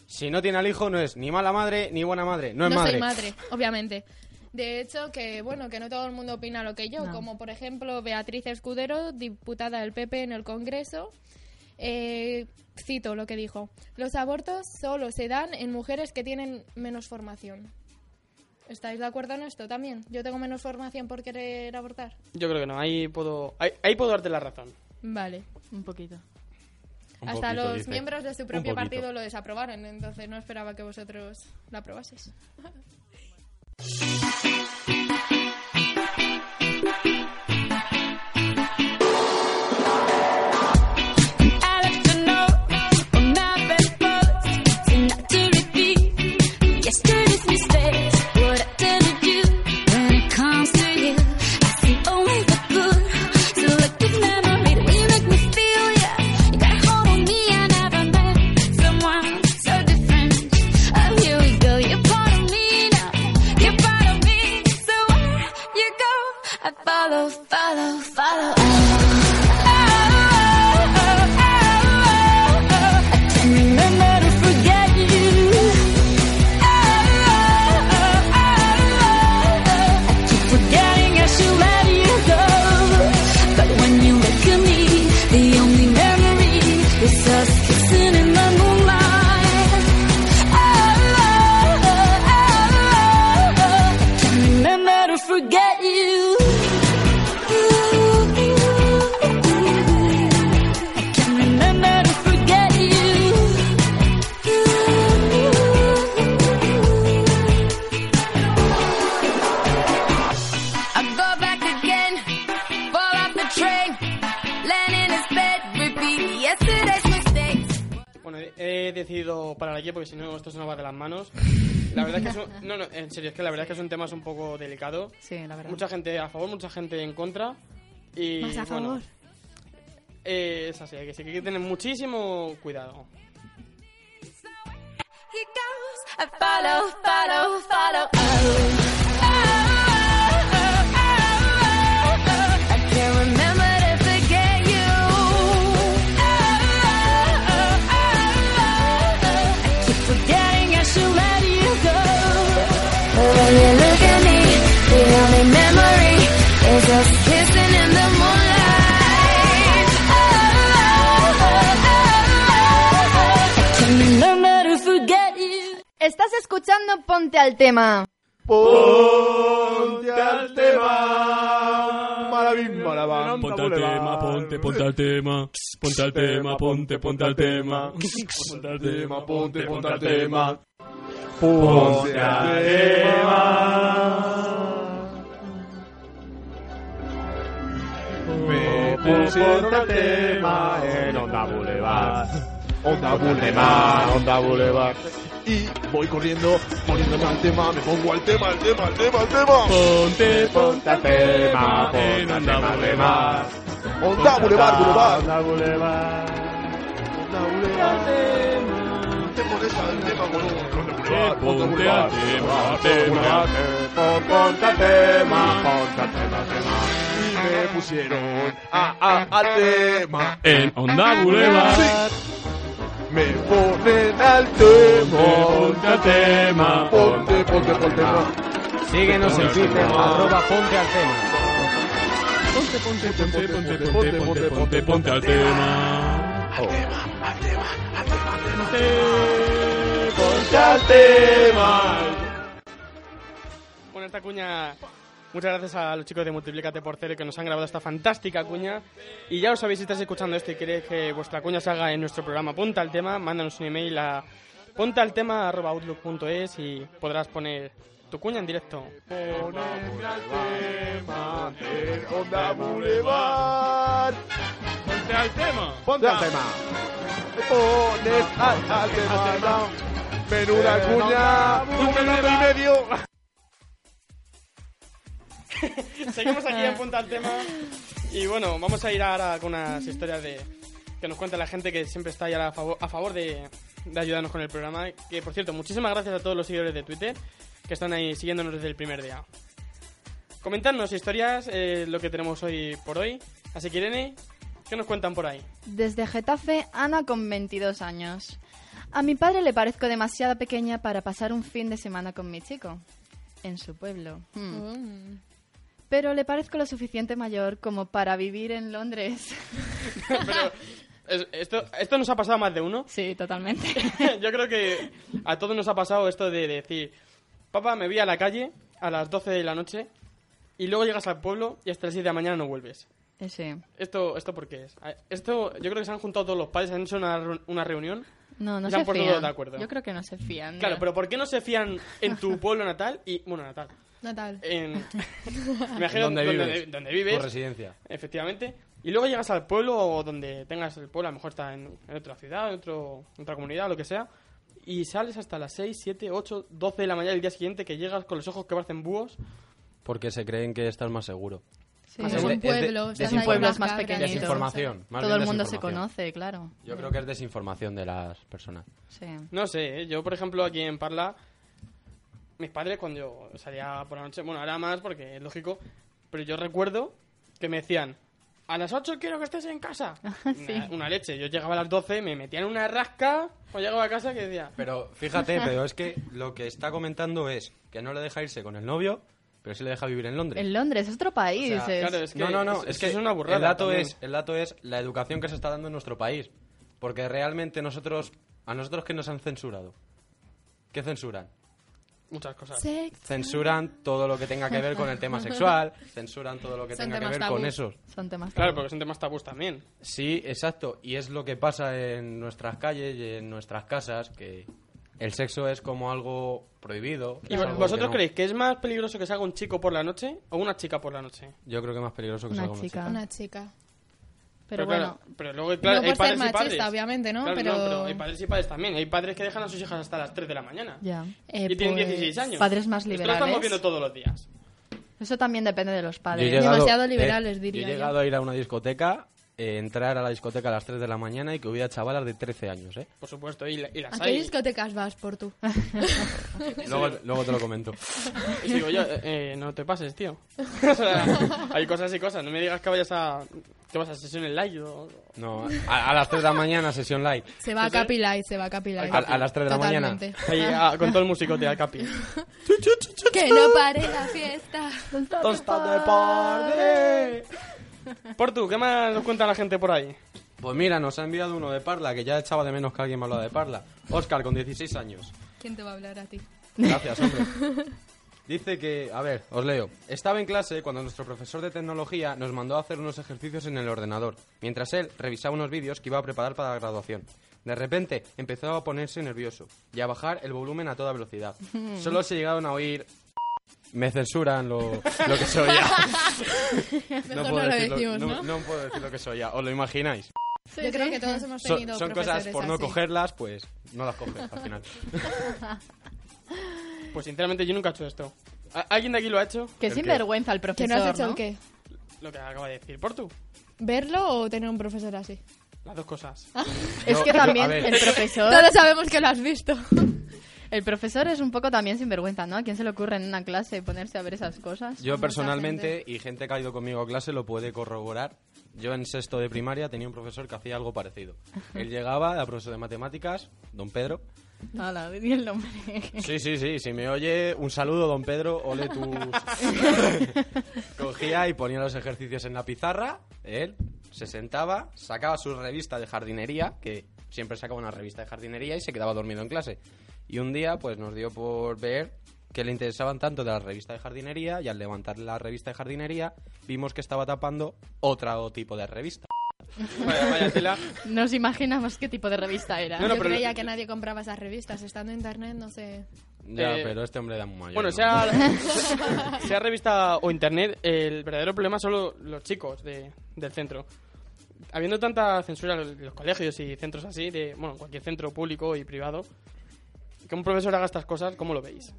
B: si no tiene al hijo, no es ni mala madre ni buena madre. No es
D: no
B: madre.
D: soy madre, obviamente. De hecho, que bueno, que no todo el mundo opina lo que yo,
C: No.
D: como por ejemplo Beatriz Escudero, diputada del PP en el Congreso, eh, cito lo que dijo, los abortos solo se dan en mujeres que tienen menos formación. ¿Estáis de acuerdo en esto también? Yo tengo menos formación por querer abortar.
A: Yo creo que no, ahí puedo, ahí, ahí puedo darte la razón.
D: Vale.
C: Un poquito.
B: Un
D: Hasta
B: poquito,
D: los
B: dice.
D: miembros de su
B: Un poquito.
D: propio partido lo desaprobaron, entonces no esperaba que vosotros la aprobaseis.
F: Follow, follow, follow. Us kissing in the moonlight. Oh, oh, oh, oh, oh. I can't remember to forget you. I can't remember to forget you. I go back again, fall off the train, land in his bed, repeat yesterday's mistakes.
A: Bueno, he- he decidido parar aquí porque si no esto se nos va de las manos. La verdad es que es un, no, no, en serio, es que la verdad es que es un tema es un poco delicado.
C: Sí, la verdad.
A: Mucha gente a favor, mucha gente en contra. Y,
D: Más a
A: bueno,
D: favor.
A: eh, es así, que sí que hay que tener muchísimo cuidado.
F: He goes. I follow, follow, follow. Oh. Oh, oh, oh, oh, oh. I can't remember to forget you. Oh, oh, oh, oh, oh, oh. I keep forgetting I should let you go. But when you look at me, the only memory is us kissing in the moonlight. Oh, oh, oh, oh, oh, oh. Can you learn how to forget you?
C: Estás escuchando Ponte al tema.
G: Ponte al tema, ponte, ponte al tema. Ponte al tema, ponte, ponte
H: <laughs>
G: al tema. Ponte al tema, ponte, ponte al tema. Ponte al
H: Ponte al tema en Onda Boulevard. Onda Boulevard, Onda Boulevard. y voy corriendo, poniéndome al tema, me pongo al tema, al tema, al tema, al tema.
G: Ponte, ponte al tema, en
H: ponte al
G: Onda
H: tema.
G: Boulevard.
H: Onda, bulevar, bulevar.
G: Onda Boulevard.
H: Onda, bulevar. Te pones al tema con un ron de bulevar, onda,
G: Ponte
H: bulevar,
G: al tema,
H: bulevar,
G: tema.
H: bulevar.
G: Ponte al tema, ponte al tema,
H: Y me pusieron a, a, al tema.
G: En Onda Boulevard.
H: Sí. Me ponen al tema.
G: Ponte al tema.
H: Ponte, ponte, ponte, tema.
B: Síguenos en Twitter, arroba ponte al tema.
H: Ponte, ponte,
G: Ponte, ponte, ponte, ponte, ponte, ponte al tema. Ponte al tema.
A: Bueno, esta cuña. Muchas gracias a los chicos de Multiplícate por Cero que nos han grabado esta fantástica cuña. Y ya os sabéis, si estáis escuchando esto y queréis que vuestra cuña se haga en nuestro programa Ponta al Tema, mándanos un email a pontaltema.outlook.es y podrás poner tu cuña en directo.
H: Onda Boulevard.
G: Ponte al tema.
H: Ponte al tema. Pones al, al tema. no. Menuda cuña. Un minuto y medio.
A: Seguimos aquí en Punta al Tema. Y bueno, vamos a ir ahora con unas historias de que nos cuenta la gente que siempre está ahí a, la favor, a favor de, de ayudarnos con el programa. Que por cierto, muchísimas gracias a todos los seguidores de Twitter que están ahí siguiéndonos desde el primer día. Comentadnos historias, eh, lo que tenemos hoy por hoy. Así que Irene, ¿qué nos cuentan por ahí? <laughs>
C: Desde Getafe, Ana con 22 años. A mi padre le parezco demasiado pequeña para pasar un fin de semana con mi chico. En su pueblo. Hmm.
D: Mm.
C: Pero le parezco lo suficiente mayor como para vivir en Londres.
A: Pero, es- esto, esto nos ha pasado a más de uno.
C: <laughs> Sí, totalmente.
A: <laughs> Yo creo que a todos nos ha pasado esto de decir, papá, me voy a la calle a las 12 de la noche y luego llegas al pueblo y hasta las 6 de la mañana no vuelves.
C: <laughs> Sí.
A: ¿Esto, esto por qué es? A- Esto, yo creo que se han juntado todos los padres, han hecho una, reu- una reunión.
C: No, no
A: Ya
C: se
A: por todo
C: fían.
A: de acuerdo.
C: Yo creo que no se fían.
A: Claro,
C: mira.
A: pero ¿por qué no se fían en tu pueblo natal y, bueno, natal,
D: Natal.
A: en... Imagino
B: ¿Dónde vives?
A: donde
B: Tu
A: vives,
B: residencia.
A: efectivamente, y luego llegas al pueblo o donde tengas el pueblo, a lo mejor está en, en otra ciudad, en, otro, en otra comunidad, lo que sea, y sales hasta las 6, 7, 8, 12 de la mañana del día siguiente que llegas con los ojos que parecen búhos.
B: Porque se creen que estás más seguro.
C: Sí.
D: Es
B: Es de-
D: un
B: es de-
D: pueblo. estás
B: desinform-
D: ahí
C: Pueblos
D: con las
C: más
D: cabras.
C: pequeñitos.
B: Desinformación. más
C: Todo
B: bien
C: el mundo se
B: desinformación.
C: conoce, claro.
B: Yo creo que es desinformación de las personas.
C: Sí.
A: No sé, ¿eh? yo por ejemplo aquí en Parla, mis padres cuando yo salía por la noche, bueno, ahora más porque es lógico, pero yo recuerdo que me decían, a las 8 quiero que estés en casa. una, una leche, yo llegaba a las 12, me metía en una rasca o llegaba a casa que decía,
B: Pero fíjate, pero es que lo que está comentando es que no le deja irse con el novio, pero sí le deja vivir en Londres.
C: En Londres, es otro país.
B: O sea,
C: es-
A: claro, es que
B: no, no, no,
A: es-
B: es,
A: eso
B: que
A: es una burrada
B: El dato
A: también.
B: es, el dato es la educación que se está dando en nuestro país, porque realmente nosotros a nosotros que nos han censurado. ¿Qué censuran?
A: muchas cosas.
D: Sex.
B: Censuran todo lo que tenga que ver con el tema sexual, censuran todo lo que
D: Son
B: tenga que
D: temas
B: ver
D: tabú.
B: con esos.
C: Son temas
A: Claro,
C: tabú.
A: porque son temas tabús también.
B: Sí, exacto. Y es lo que pasa en nuestras calles y en nuestras casas, que el sexo es como algo prohibido.
A: ¿Y
B: es
A: vo-
B: algo
A: vosotros
B: que no.
A: creéis que es más peligroso que se haga un chico por la noche o una chica por la noche?
B: Yo creo que es más peligroso que
C: Una
B: sea como
C: chica.
D: Una chica.
C: Pero
A: claro,
C: bueno,
A: pero luego, claro,
D: no
A: hay
D: por ser
A: padres y
D: machista,
A: padres.
D: obviamente, ¿no?
A: Claro,
D: pero...
A: pero hay padres y padres también. Hay padres que dejan a sus hijas hasta las 3 de la mañana.
C: ya.
D: Eh,
A: y tienen
D: pues,
A: 16 años.
C: Padres más
A: Esto lo
C: liberales.
A: estamos viendo todos los días.
C: Eso también depende de los
B: Yo he
C: padres.
B: llegado-
D: Demasiado
B: eh,
D: liberales, diría
B: Yo he llegado a ir a una discoteca, eh, entrar a la discoteca a las 3 de la mañana y que hubiera chavalas de 13 años, ¿eh?
A: Por supuesto, y, la- y las
D: ¿A qué
A: hay.
D: discotecas vas por tú?
B: Luego, luego te lo comento.
A: Y digo yo, eh, eh, no te pases, tío. <laughs> O sea, hay cosas y cosas. No me digas que vayas a... que vas a sesiones live o...
B: No, a, a las 3 de la mañana, sesión live.
D: Se va a Capilay, se va a Capilay.
B: A, a las 3 de la mañana.
A: <laughs>
D: Totalmente.
A: ahí, ah, con todo el músico de Capi.
D: <laughs> Que no pare la fiesta.
A: Portu, ¿qué más nos cuenta la gente por ahí?
B: Pues mira, nos ha enviado uno de Parla, que ya echaba de menos que alguien me hablaba de Parla. Oscar, con 16 años.
D: ¿Quién te va a hablar a ti?
B: Gracias, hombre. Dice que, a ver, os leo. Estaba en clase cuando nuestro profesor de tecnología nos mandó a hacer unos ejercicios en el ordenador, mientras él revisaba unos vídeos que iba a preparar para la graduación. De repente empezó a ponerse nervioso y a bajar el volumen a toda
D: <laughs>
B: velocidad. Solo se llegaron a oír... <laughs> Me censuran lo, lo
D: <laughs>
B: que se oía.
D: Mejor no lo decimos,
B: no,
D: ¿no?
B: puedo decir lo que se oía. ¿Os lo imagináis?
C: Sí,
D: Yo creo
C: sí.
D: que todos hemos
B: Son-
D: tenido
B: son cosas
D: profesores
B: por no
D: así.
B: cogerlas, pues no las coges al final.
A: Pues sinceramente yo nunca he hecho esto. ¿A- ¿Alguien de aquí lo ha hecho?
C: Que
B: ¿El qué?
C: sinvergüenza el profesor,
I: ¿Que no has hecho el
C: ¿no?
I: qué?
A: Lo que acaba de decir. ¿Por tú?
I: ¿Verlo o tener un profesor así?
A: Las dos cosas.
C: Es
B: Yo-
C: que
B: yo- a
C: también
B: ver.
C: el
I: <laughs>
C: profesor,
I: Todos sabemos que lo has visto.
C: el profesor es un poco también sinvergüenza, ¿no? ¿A quién se le ocurre en una clase ponerse a ver esas cosas?
B: Yo personalmente, y gente que ha ido conmigo a clase lo puede corroborar, yo en sexto de primaria tenía un profesor que hacía algo parecido. Él llegaba, era profesor de matemáticas, don Pedro.
C: Hala, di el nombre. <laughs>
B: Sí, sí, sí, si me oye, un saludo, don Pedro, ole tus... Cogía y ponía los ejercicios en la pizarra, él se sentaba, sacaba su revista de jardinería, que siempre sacaba una revista de jardinería y se quedaba dormido en clase. Y un día, pues nos dio por ver que le interesaban tanto de la revista de jardinería y al levantar la revista de jardinería vimos que estaba tapando otro tipo de revista.
A: Vaya, vaya tela.
C: Nos imaginamos qué tipo de revista era.
A: No, no,
D: <laughs> Yo
A: pero-
D: creía que nadie compraba esas revistas. Estando en internet, no sé.
B: Ya,
A: Eh,
B: pero este hombre era muy mayor.
A: Bueno,
B: ¿no?
A: sea, <laughs> sea revista o internet, el verdadero problema son lo- los chicos de- del centro. Habiendo tanta censura en los, los colegios y centros así, de bueno, cualquier centro público y privado, que un profesor haga estas cosas, ¿cómo lo veis?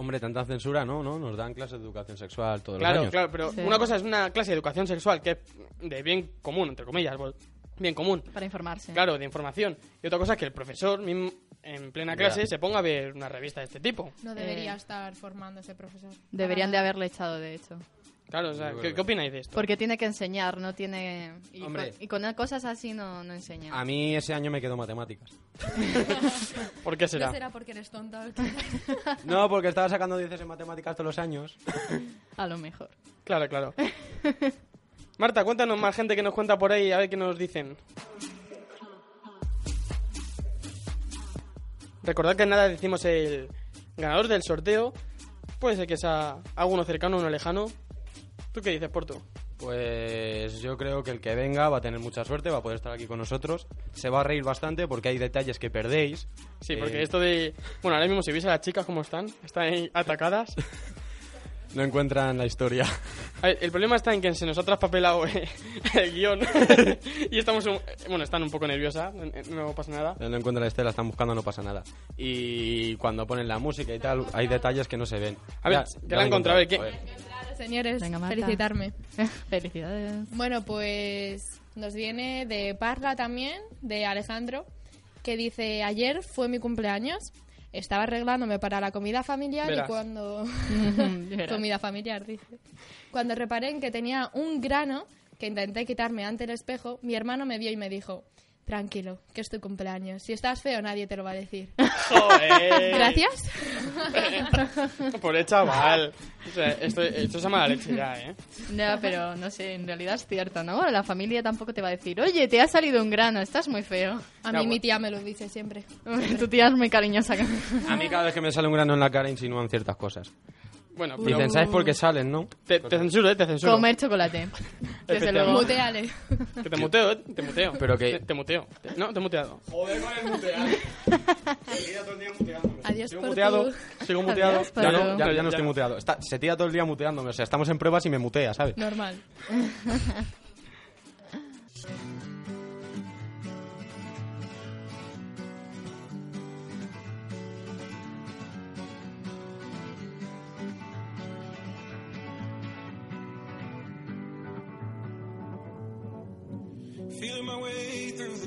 B: Hombre, tanta censura, ¿no? ¿No? Nos dan clases de educación sexual todos los
A: Claro,
B: años.
A: claro, pero
C: Sí.
A: una cosa es una clase de educación sexual que es de bien común, entre comillas, pues, bien común,
C: Para informarse.
A: claro, de información. Y otra cosa es que el profesor, mismo, en plena
B: Ya.
A: clase, se ponga a ver una revista de este tipo.
D: No
C: debería
D: debería
C: Eh.
D: estar formando ese profesor.
C: Deberían de
I: Ah.
C: haberle echado, de hecho.
A: Claro, o sea, ¿qué, qué opináis de esto?
C: Porque tiene que enseñar, no tiene... Y,
B: Hombre.
C: con, y con cosas así no, no enseña.
A: Ah.
B: A mí ese año me quedó matemáticas.
A: ¿Por qué será?
D: será porque eres <laughs> tonta?
B: No, porque estaba sacando 10 en matemáticas todos los años.
C: A lo mejor. <laughs>
A: Claro, <laughs> claro. Marta, cuéntanos más gente que nos cuenta por ahí, a ver qué nos dicen. Recordad que en nada decimos el ganador del sorteo. Puede ser que sea alguno cercano, uno lejano. ¿Tú qué dices, Porto?
B: Pues yo creo que el que venga va a tener mucha suerte, va a poder estar aquí con nosotros. Se va a reír bastante porque hay detalles que perdéis.
A: Sí, porque
B: Eh,
A: esto de... Bueno, ahora mismo si veis a las chicas cómo están, están ahí atacadas.
B: No encuentran la historia. <laughs>
A: A ver, el problema está en que se nos ha traspapelado eh, <laughs> el guión. y estamos... un- Bueno, están un poco nerviosas, no pasa
C: <laughs>
A: nada.
B: No encuentran la historia, la están buscando, no pasa nada. Y cuando ponen la música y tal, hay detalles que no se ven.
A: A ver,
B: Ya-
A: que
B: ya
A: la he encontrado, a ver, ¿qué-
D: Señores,
C: Venga, Marta.
D: felicitarme.
C: Felicidades.
I: <laughs>
D: Bueno, pues nos viene de Parla también, de Alejandro, que dice, ayer fue mi cumpleaños, estaba arreglándome para la comida familiar
A: Verás.
D: y cuando...
C: Verás.
D: comida familiar, dice. Cuando reparé en que tenía un grano que intenté quitarme ante el espejo, mi hermano me vio y me dijo, tranquilo, que es tu cumpleaños, si estás feo nadie te lo va a decir.
A: ¡Joder!
D: Gracias.
A: Por el chaval. O sea, esto, esto se llama la leche ya, ¿eh?
C: No, pero no sé, en realidad es cierto, ¿no? La familia tampoco te va a decir, oye, te ha salido un grano, estás muy feo. <laughs>
D: A
A: Ya,
D: mí
A: bueno.
D: mi tía me lo dice siempre.
C: tu tía es muy cariñosa.
B: A mí cada vez que me sale un grano en la cara insinúan ciertas cosas.
A: Bueno,
B: Y
A: pero...
B: pensáis por qué salen, ¿no?
A: Te, te censuro, ¿eh? Te censuro.
C: Comer chocolate. Desde
A: Efectivamente.
C: luego.
D: Muteale.
A: Que te muteo, ¿eh? Te muteo.
B: Pero que-
A: Te, te muteo. Te- No, te he muteado.
B: Joder con el muteado.
D: Adiós
A: Sigo
D: por
A: muteado.
D: tu...
A: Sigo muteado.
C: Adiós,
B: Ya
C: Pero-
B: no, ya, ya no estoy muteado. Está- se tira todo el día muteándome. O sea, estamos en pruebas y me mutea, ¿sabes?
D: Normal.
E: Feeling my way through the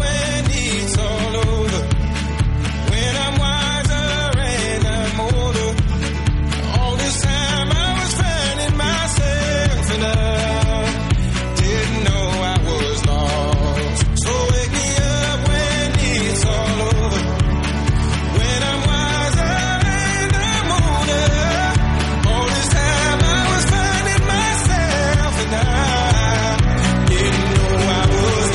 E: when it's all over. When I'm wiser and I'm older. All this time I was finding myself and I didn't know I was lost. So wake me up when it's all over. When I'm wiser and I'm older. All this time I was finding myself and I didn't know I was lost.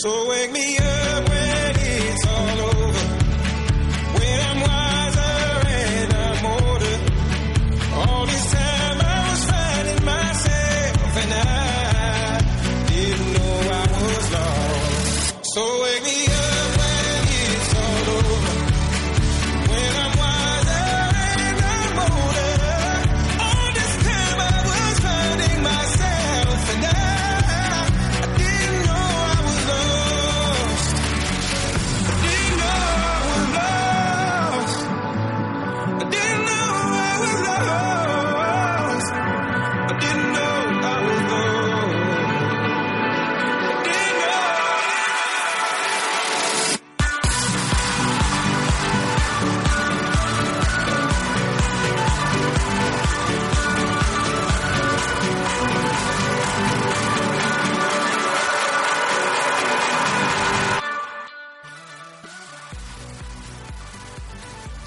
E: So wake me up when it's all over. When I'm wiser and I'm older. All this time I was fighting myself and I didn't know I was lost. So wake me up when it's all over. When I'm wiser and I'm older. All this time I was fighting myself and I didn't know I was lost. I didn't know I was lost. I didn't know I was lost. I didn't know I was lost. I didn't know.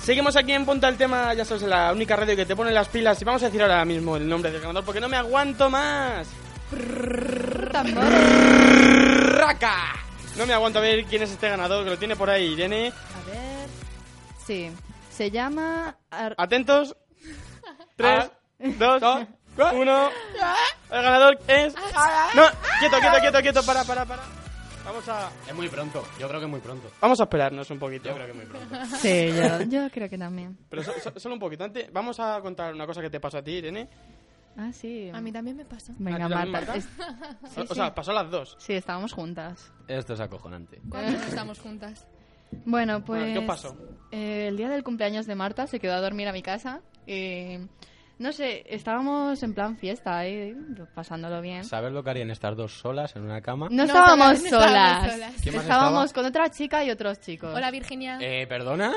A: Seguimos aquí en Ponta el Tema, ya sabes, la única radio que te pone las pilas. Y vamos a decir ahora mismo el nombre del ganador porque no me aguanto más. ¡Raca! No me aguanto a ver quién es este ganador, que lo tiene por ahí Irene.
C: A ver. Sí. Se llama. Ar- <laughs>
A: Atentos.
C: Ah.
A: 3, 2, 1. El ganador es.
C: Ah.
A: No, quieto, quieto, quieto, quieto, para, para, para. Vamos a,
B: Es muy pronto, yo creo que es muy pronto.
A: vamos a esperarnos un poquito.
B: Yo creo que es muy pronto.
D: Ah.
C: Sí, yo, yo creo que también.
A: Pero so- so- solo un poquito. Antes, vamos a contar una cosa que te pasó a ti, Irene.
C: Ah, sí.
D: A mí también me pasa.
C: Venga,
A: ¿A ti también,
C: Marta.
A: Marta?
C: es-
A: o, o sea, pasó a las dos.
C: sí, estábamos juntas.
B: Esto es acojonante.
D: Cuando no estamos juntas.
C: Bueno, pues.
A: Bueno, ¿qué os pasó?
C: eh, el día del cumpleaños de Marta se quedó a dormir a mi casa. Y. No sé, estábamos en plan fiesta, ahí, pasándolo bien.
B: ¿Sabes lo que harían estar dos solas en una cama?
C: No
D: No, todavía
C: estábamos
D: no estábamos
C: solas.
D: solas.
B: ¿Quién más
C: Estábamos
B: estaba?
C: con otra chica y otros chicos.
D: Hola, Virginia.
B: Eh, ¿perdona?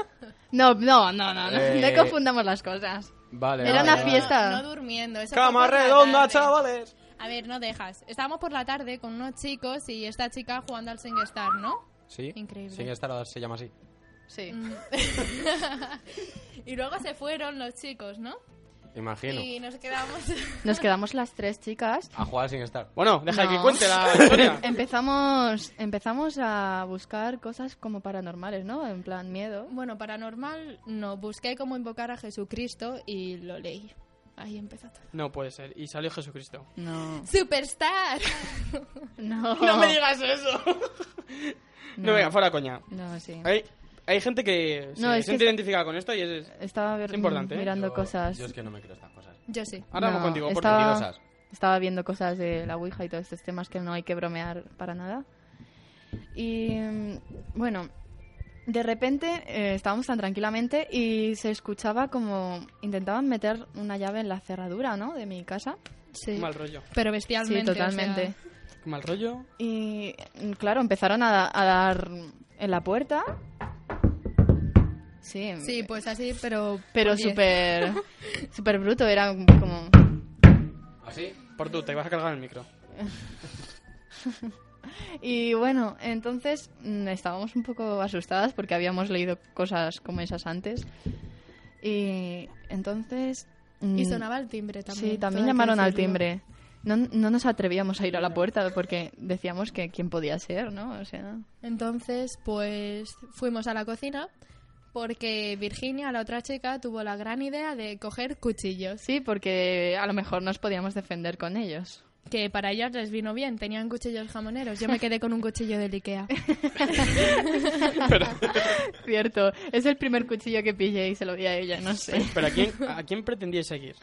C: No, no, no, no, no,
B: Eh.
C: no confundamos las cosas.
B: Vale.
C: Era
B: vale,
C: una
B: vale.
C: fiesta.
D: No, durmiendo. eso fue
B: Cama
D: por la
B: redonda,
D: tarde.
B: chavales.
D: A ver, no dejas. Estábamos por la tarde con unos chicos y esta chica jugando al SingStar, ¿no?
B: Sí.
D: Increíble.
B: Sí, esta se llama así.
C: Sí.
D: Y luego se fueron los chicos, ¿no?
B: Imagino.
D: Y nos quedamos. <laughs>
C: Nos quedamos las tres chicas.
B: A jugar sin estar.
A: Bueno, deja
C: No.
A: que cuente la
C: <laughs>
A: historia.
C: Empezamos, empezamos a buscar cosas como paranormales, ¿no? En plan miedo.
D: bueno, paranormal no. Busqué cómo invocar a Jesucristo y lo leí. Ahí empezó todo.
A: No puede ser. Y salió Jesucristo.
C: No.
D: ¡Superstar!
C: No.
A: <laughs> No me digas eso. No, venga, fuera coña.
C: No, sí.
A: Hay, hay gente que se
C: No, es que
A: siente
C: es-
A: identificada con esto y es...
C: Estaba ver-
A: Es importante, ¿eh?
C: mirando
B: Yo-
C: cosas.
B: Yo es que no me creo estas cosas.
D: Yo sí.
A: Ahora vamos
C: No,
A: contigo, por
C: estaba,
B: mentirosas.
C: estaba viendo cosas de la Ouija y todos estos temas que no hay que bromear para nada. Y mm, bueno, de repente eh, estábamos tan tranquilamente y se escuchaba como intentaban meter una llave en la cerradura, ¿no? De mi casa.
D: Sí.
A: Mal rollo.
D: Pero bestialmente.
C: sí,
D: o sea,
C: totalmente.
A: Mal rollo.
C: Y mm, claro, empezaron a, a dar en la puerta. Sí.
D: sí, pues así, pero.
C: Pero
D: por diez.
C: súper súper bruto, era como...
B: ¿Así?
A: Por tú, te vas a cargar el micro.
C: <laughs> Y bueno, entonces mm, estábamos un poco asustadas porque habíamos leído cosas como esas antes. Y entonces... mm,
D: Y sonaba el timbre también.
C: Sí,
D: todo hay
C: también
D: que
C: llamaron al
D: decirlo.
C: timbre. No, no nos atrevíamos a ir a la puerta porque decíamos que quién podía ser, ¿no? O sea...
D: Entonces, pues fuimos a la cocina porque Virginia, la otra chica, tuvo la gran idea de coger cuchillos,
C: Sí, porque a lo mejor nos podíamos defender con ellos.
D: que para ellas les vino bien, tenían cuchillos jamoneros. Yo me quedé con un cuchillo del
A: <laughs>
D: Ikea.
C: <laughs> Cierto, es el primer cuchillo que pillé y se lo di a ella, no sé.
A: Pero ¿a quién, a quién pretendíais seguir?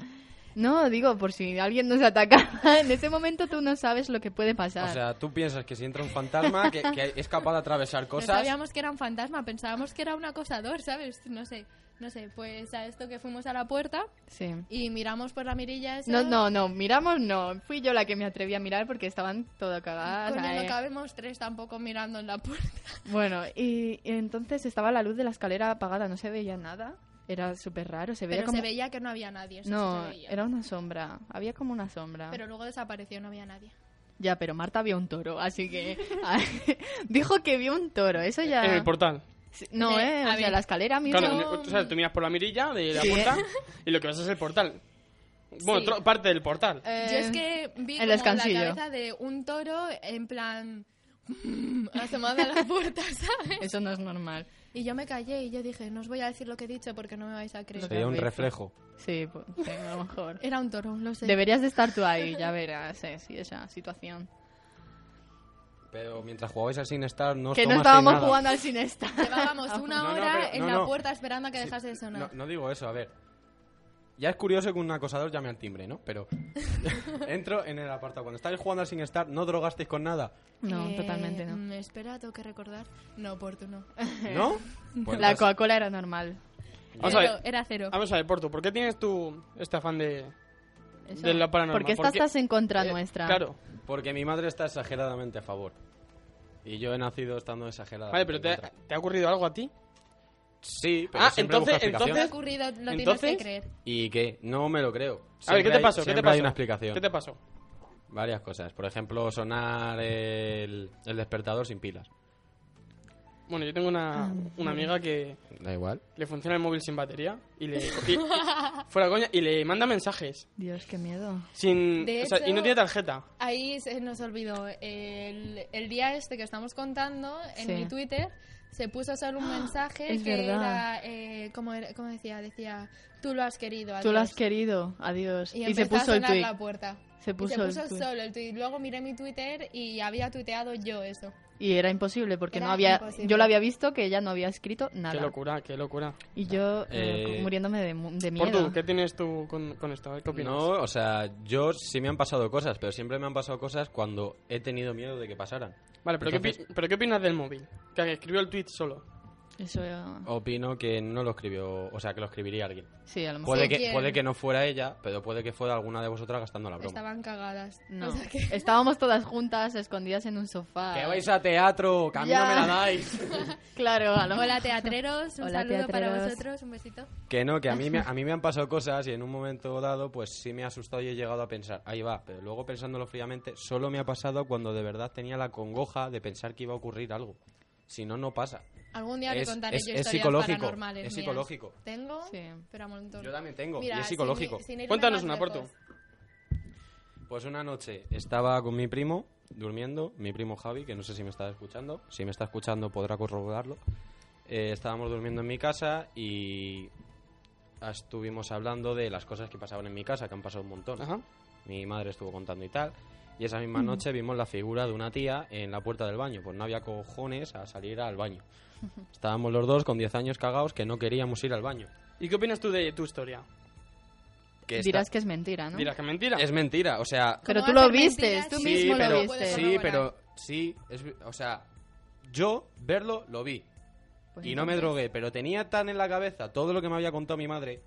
C: No, digo, por si alguien nos ataca. <laughs> en ese momento tú no sabes lo que puede pasar.
B: O sea, tú piensas que si entra un fantasma, que, que es capaz de atravesar
D: No
B: cosas.
D: sabíamos que era un fantasma, pensábamos que era un acosador, ¿sabes? No sé, no sé. Pues a esto que fuimos a la puerta
C: sí.
D: y miramos por la mirilla esa.
C: No, no, no, miramos no. Fui yo la que me atreví a mirar porque estaban todo cagadas.
D: Coño,
C: ahí.
D: no cabemos tres tampoco mirando en la puerta.
C: Bueno, y, y entonces estaba la luz de la escalera apagada, no se veía nada. Era súper raro, se veía
D: Pero
C: como...
D: se veía que no había nadie. eso sí
C: no,
D: se veía.
C: era una sombra, había como una sombra.
D: Pero luego desapareció, no había nadie.
C: Ya, pero Marta vio un toro, así que... <laughs> Dijo que vio un toro, eso ya...
A: En el portal.
C: Sí, No,
D: Eh,
C: eh,
D: a
C: o sea,
D: ver.
C: la escalera mismo...
A: Eh, Claro, tú sabes, tú miras por la mirilla de la
C: Sí.
A: puerta y lo que ves es el portal. Bueno,
D: Sí.
A: tro- parte del portal.
C: Eh,
D: Yo es que vi
C: el
D: como la
C: descansillo.
D: cabeza de un toro en plan asomado a la puerta, <laughs> ¿sabes?
C: Eso no es normal.
D: Y yo me callé y yo dije, no os voy a decir lo que he dicho porque no me vais a creer.
B: Sería un reflejo.
C: Sí, pues, sí, a lo
D: <laughs>
C: mejor.
D: Era un toro, lo sé.
C: Deberías de estar tú ahí, ya verás, eh, sí, esa situación.
B: Pero mientras jugabais al Sin Star, no os
C: que no
B: tomasteis
C: estábamos
B: Pues nada.
C: jugando al Sinesta.
D: Llevábamos
B: <laughs>
D: una
B: No, no,
D: hora
B: pero-
D: en
B: no,
D: la
B: no.
D: puerta esperando a que
B: Sí,
D: dejase de
B: No,
D: sonar.
B: no digo eso, a ver. Ya es curioso que un acosador llame al timbre, ¿no? Pero entro en el apartado. Cuando estáis jugando al Sin Star, no drogasteis con nada,
C: No,
D: Eh,
C: totalmente no.
D: mm, Espera, tengo que recordar. No, oportuno.
B: ¿no? Pues
C: La
B: entonces-
C: Coca-Cola era normal.
A: Vamos a
D: Cero,
A: ver.
D: <laughs> era cero.
A: Vamos a ver, Porto, ¿por qué tienes tú este afán de,
C: Eso.
A: de lo paranormal?
C: Porque esta estás en contra
A: eh,
C: nuestra.
A: Claro.
B: Porque mi madre está exageradamente a favor. Y yo he nacido estando exageradamente
A: Vale, pero
B: en
A: te,
B: contra.
A: ¿te ha ocurrido algo a ti?
B: Sí, pero
A: Ah,
B: siempre
A: entonces-
B: busco explicación.
D: Te ha
A: entonces-
D: ocurrido, lo tienes
A: entonces-
D: que creer.
B: ¿Y qué? No me lo creo.
A: A ver, ¿qué
B: Siempre
A: te
B: hay-
A: pasó? ¿Qué te
B: siempre
A: pasó?
B: hay una explicación.
A: ¿Qué te pasó?
B: Varias cosas. Por ejemplo, sonar el, el despertador sin pilas.
A: Bueno, yo tengo una, una amiga que
B: Da igual.
A: le funciona el móvil sin batería y le... y- fuera coña, y le manda mensajes.
C: Dios, qué miedo.
A: Sin,
D: De
A: o sea, y
D: hecho-
A: no tiene tarjeta.
D: Ahí se nos olvidó. El, el día este que estamos contando, en
C: Sí.
D: mi Twitter, se puso
C: <gasps>
D: solo un mensaje
C: Es
D: que
C: verdad.
D: era, eh, como, era- como decía, decía, tú lo has querido.
C: Tú lo
D: adiós".
C: has querido. Adiós.
D: Y,
C: Y, se
D: empezó
C: puso
D: a
C: el
D: sonar
C: tweet.
D: la puerta.
C: Se
D: Y
C: puso el tuit.
D: solo el tweet. Luego miré mi Twitter y había tuiteado yo eso.
C: Y era imposible porque
D: Era
C: no había.
D: imposible.
C: Yo lo había visto que ella no había escrito
A: Qué
C: nada.
A: locura, qué locura.
C: Y yo eh,
B: Eh,
C: muriéndome de, mu- de miedo.
A: Portu, ¿qué tienes tú con, con esto? A ver, ¿Qué opinas?
B: No, o sea, yo sí me han pasado cosas, pero siempre me han pasado cosas cuando he tenido miedo de que pasaran.
A: Vale, pero, ¿qué,
B: Entonces-
A: opi- pero ¿qué opinas del móvil? Que escribió el tweet solo.
C: Eso. eh,
B: Opino que no lo escribió, o sea, que lo escribiría alguien.
C: Sí, a lo mejor.
B: Puede, que,
D: ¿quién?
B: puede que no fuera ella, pero puede que fuera alguna de vosotras gastando la broma.
D: Estaban cagadas.
C: No.
D: <laughs> O sea que-
C: Estábamos todas juntas, escondidas en un sofá.
B: ¡Que vais a teatro! ¡Que a mí
C: Ya.
B: no me la dais!
C: Claro, a lo mejor.
D: Hola teatreros, un
C: <laughs> Hola,
D: saludo para
C: teatreros.
D: vosotros, un besito.
B: <laughs> que no, que a mí, me, a mí me han pasado cosas y en un momento dado, pues sí me ha asustado y he llegado a pensar, ahí va, pero luego pensándolo fríamente, solo me ha pasado cuando de verdad tenía la congoja de pensar que iba a ocurrir algo. Si no, no pasa.
D: Algún día
B: Es-
D: te contaré
B: es-
D: yo
B: es
D: historias
B: psicológico,
D: paranormales
B: es
D: mías.
B: psicológico.
D: Tengo,
C: Sí.
D: pero a montón.
B: Yo también tengo,
D: Mira,
B: y es
D: sin
B: psicológico.
D: ir- sin irme
A: Cuéntanos
D: más
A: una,
D: lejos.
A: Portu.
B: Pues una noche estaba con mi primo durmiendo, mi primo Javi, que no sé si me está escuchando, si me está escuchando podrá corroborarlo. Eh, estábamos durmiendo en mi casa y estuvimos hablando de las cosas que pasaban en mi casa, que han pasado un montón.
A: Ajá.
B: Mi madre estuvo contando y tal. Y esa misma noche vimos la figura de una tía en la puerta del baño, pues no había cojones a salir al baño. Estábamos los dos con 10 años cagados que no queríamos ir al baño.
A: ¿Y qué opinas tú de tu historia?
B: Que esta-
C: Dirás que es mentira, ¿no?
A: Dirás que es mentira.
B: es mentira, o sea,
C: Pero
D: ¿Cómo
C: tú
D: va a
C: lo
D: ser
C: vistes,
D: mentira
C: tú
D: si
C: mismo
D: pero-
C: lo
D: puedes
C: viste.
B: Sí,
D: corroborar.
B: pero sí, es, o sea, yo verlo lo vi
C: Pues
B: y no me drogué, pero tenía tan en la cabeza todo lo que me había contado mi madre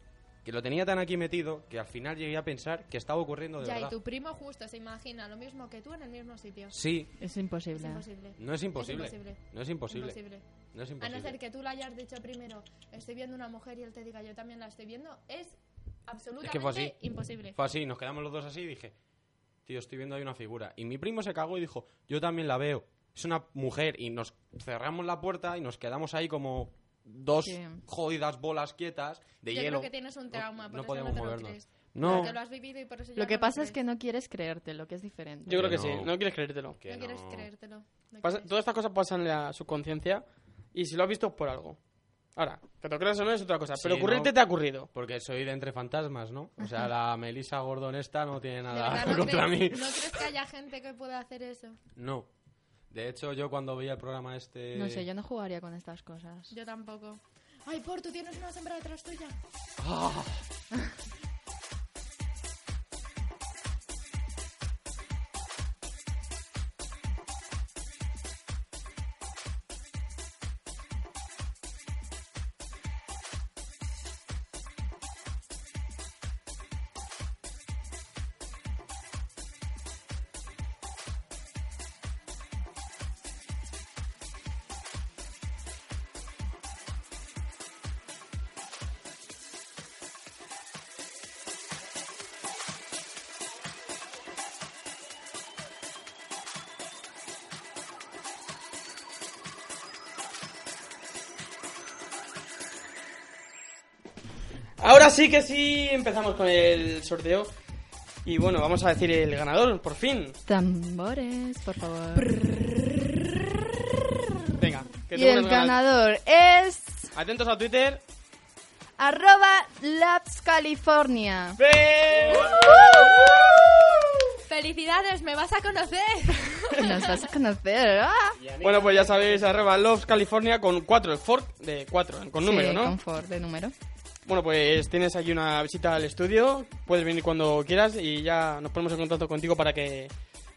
B: que lo tenía tan aquí metido que al final llegué a pensar que estaba ocurriendo de
D: Ya, y
B: verdad.
D: tu primo justo se imagina lo mismo que tú en el mismo sitio.
B: Sí,
C: Es
D: Es
C: imposible.
D: imposible.
B: no es imposible.
D: Es imposible.
B: No es imposible.
D: Imposible.
B: No es
D: A no
B: imposible.
D: ser que tú le hayas dicho primero, estoy viendo una mujer y él te diga, yo también la estoy viendo, es absolutamente
B: fue así.
D: imposible.
B: Fue así, nos quedamos los dos así y dije, tío, estoy viendo ahí una figura. Y mi primo se cagó y dijo, yo también la veo. Es una mujer y nos cerramos la puerta y nos quedamos ahí como dos
C: Sí.
B: jodidas bolas quietas de
D: Yo
B: hielo.
D: creo que tienes un
B: No-
D: trauma, por
B: no
D: eso
B: podíamos
D: no te lo
B: movernos.
D: crees.
B: No.
D: Porque lo has vivido y por eso ya
C: Lo que
D: no
C: pasa es que
D: crees.
C: no quieres creerte, lo que es diferente.
A: Yo creo que
B: no.
A: sí, no quieres creértelo.
B: Que
D: no, quieres
B: no.
D: creértelo. no
A: Pasa-
D: quieres.
A: todas estas cosas pasan en la subconsciencia y si lo has visto es por algo. Ahora, que te lo creas o no es otra cosa,
B: Sí,
A: pero ocurrirte
B: no.
A: te ha ocurrido.
B: Porque soy de entre fantasmas, ¿no? O sea, la Melissa Gordon esta no <laughs> tiene
D: De
B: nada
D: verdad, no
B: contra
D: crees-
B: mí.
D: ¿No crees que haya gente que pueda hacer eso?
B: No. De hecho, yo cuando veía el programa este...
C: No sé, yo no jugaría con estas cosas.
D: Yo tampoco. Ay, Por, tú tienes una sombra detrás tuya.
A: Ahora sí que sí, empezamos con el sorteo. Y bueno, vamos a decir el ganador, por fin.
C: Tambores, por favor.
A: Venga, que
C: Y
A: tengo
C: el
A: unas ganas.
C: ganador es...
A: Atentos a Twitter.
C: Arroba Labs California.
A: ¡Ve!
D: ¡Felicidades! ¡Me vas a conocer!
C: Nos vas a conocer, ¿ah?
A: Bueno, pues ya sabéis, arroba Loves California con cuatro, el fork de cuatro, con número,
C: Sí,
A: ¿no?
C: con for de número.
A: Bueno, pues tienes aquí una visita al estudio, puedes venir cuando quieras y ya nos ponemos en contacto contigo para que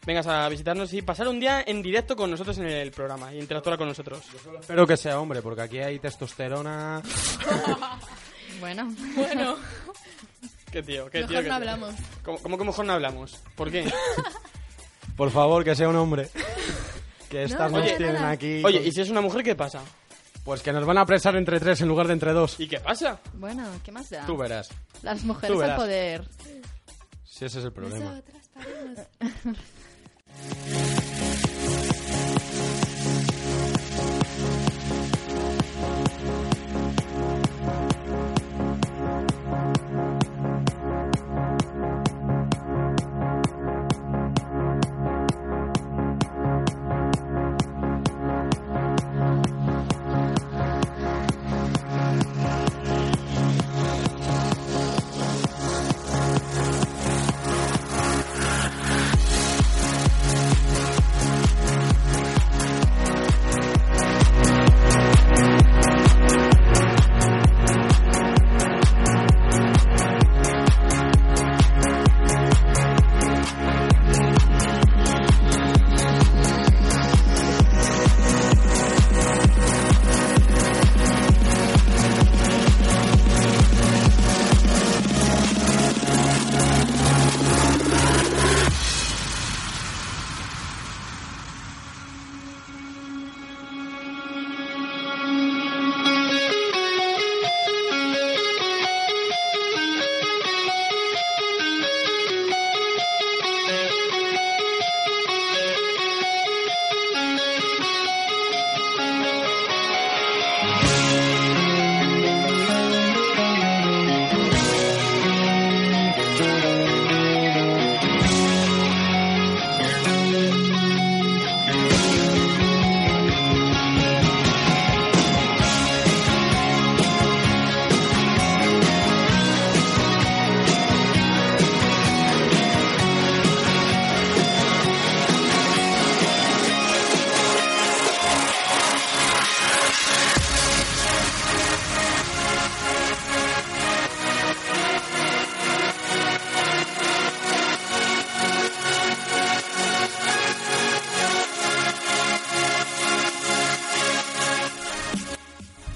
A: vengas a visitarnos y pasar un día en directo con nosotros en el programa y interactuar con nosotros.
B: Espero que sea hombre, porque aquí hay testosterona.
C: Bueno,
D: Bueno,
A: ¿Qué tío? ¿Qué tío?
I: Mejor
A: qué
I: no
A: tío?
I: hablamos.
A: ¿Cómo, cómo que mejor no hablamos? ¿Por
I: <laughs>
A: qué?
B: Por favor, que sea un
D: <laughs>
B: hombre. Que estas
D: no,
B: nos
A: oye,
B: tienen
D: nada.
B: aquí.
I: pues.
A: Oye, ¿y si es una mujer qué pasa?
B: Pues que nos van a presar entre tres en lugar de entre dos.
A: ¿Y qué pasa?
C: <laughs> bueno, ¿qué más da?
B: Tú verás.
C: Las
B: tú
C: mujeres al
B: verás.
C: poder.
B: Si ese es el problema.
D: nosotras <laughs> paramos.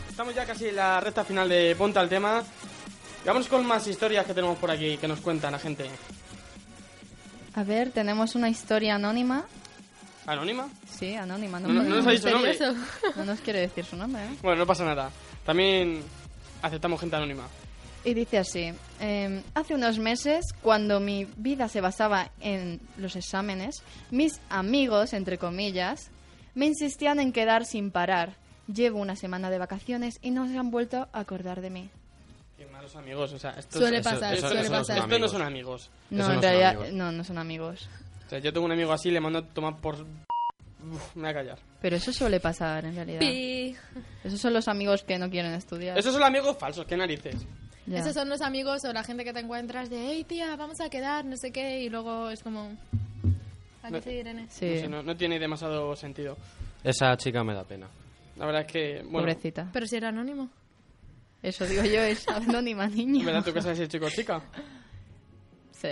A: Estamos ya casi en la recta final de Ponta al tema. Y Vamos con más historias que tenemos por aquí que nos cuentan la gente.
C: A ver, tenemos una historia anónima.
A: ¿Anónima?
C: Sí, anónima. No,
A: No, no, no nos ha dicho nombre.
D: Misterioso. <laughs>
C: no nos quiere decir su nombre, ¿eh?
A: Bueno, no pasa nada. También aceptamos gente anónima.
C: Y dice así, eh, hace unos meses, cuando mi vida se basaba en los exámenes, mis amigos, entre comillas, me insistían en quedar sin parar. Llevo una semana de vacaciones y no se han vuelto a acordar de mí.
A: Qué malos amigos, o sea, esto
D: Suele pasar,
A: esto-
D: suele
A: esto-
D: pasar.
A: Estos no son amigos.
C: No,
B: Eso
C: en
B: no son
C: realidad,
B: amigos.
C: no, no son amigos.
A: O sea, yo tengo un amigo así, le mando a tomar por... Uf, me voy a callar.
C: Pero eso suele pasar, en realidad.
D: Pi.
C: Esos son los amigos que no quieren estudiar.
A: Esos son amigos falsos, qué narices.
C: Ya.
D: Esos son los amigos o la gente que te encuentras de, hey tía, vamos a quedar, no sé qué, y luego es como. ¿A qué
A: No.
D: sí, Irene?
C: Sí,
A: No, sé, no- no tiene demasiado sentido.
B: Esa chica me da pena.
A: La verdad es que, bueno...
C: pobrecita.
D: Pero si era anónimo.
C: Eso digo yo, es anónima, niña.
A: ¿Verdad tú que sabes si es chico o
D: <laughs>
A: chica?
C: Sí.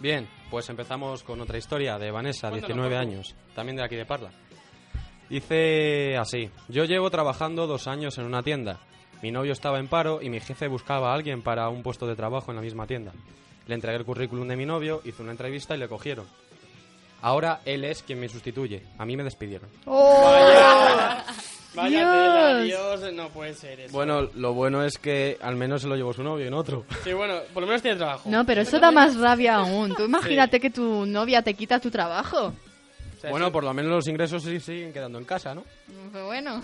B: Bien, pues empezamos con otra historia de Vanessa,
A: Cuéntanos,
B: 19
A: Paco.
B: años, también de aquí de Parla. Dice así, yo llevo trabajando dos años en una tienda. Mi novio estaba en paro y mi jefe buscaba a alguien para un puesto de trabajo en la misma tienda. Le entregué el currículum de mi novio, hizo una entrevista y le cogieron. Ahora él es quien me sustituye. A mí me despidieron.
D: ¡Oh!
A: Vaya tela,
C: Dios.
A: Dios, no puede ser eso.
B: Bueno, lo bueno es que al menos se lo llevó su novio y no otro.
A: Sí, bueno, por lo menos tiene trabajo.
C: No, pero eso da más rabia aún. Tú imagínate que tu novia te quita tu trabajo.
A: O sea,
B: Bueno, por lo menos los ingresos sí siguen quedando en casa, ¿no?
C: Pero bueno.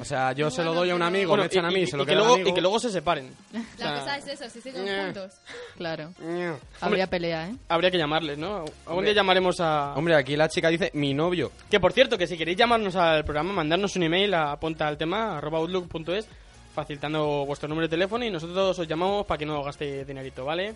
B: O sea, <laughs> yo se lo doy a un amigo,
A: Bueno,
B: me echan
A: y-
B: a mí,
A: y-
B: se
A: y
B: lo
A: que
B: queda
A: luego,
B: el amigo.
A: Y que luego se separen.
D: La
A: O sea, eh.
D: cosa es eso, si siguen
A: ñe.
D: juntos.
C: <laughs> Claro.
A: Hombre,
C: Habría pelea, ¿eh?
A: habría que llamarles, ¿no? Algún
B: Hombre.
A: día llamaremos a...
B: Hombre, aquí la chica dice mi novio.
A: Que por cierto, que si queréis llamarnos al programa, mandarnos un email a apunta al tema, arroba outlook.es, facilitando vuestro número de teléfono y nosotros os llamamos para que no gastéis dinerito, ¿vale?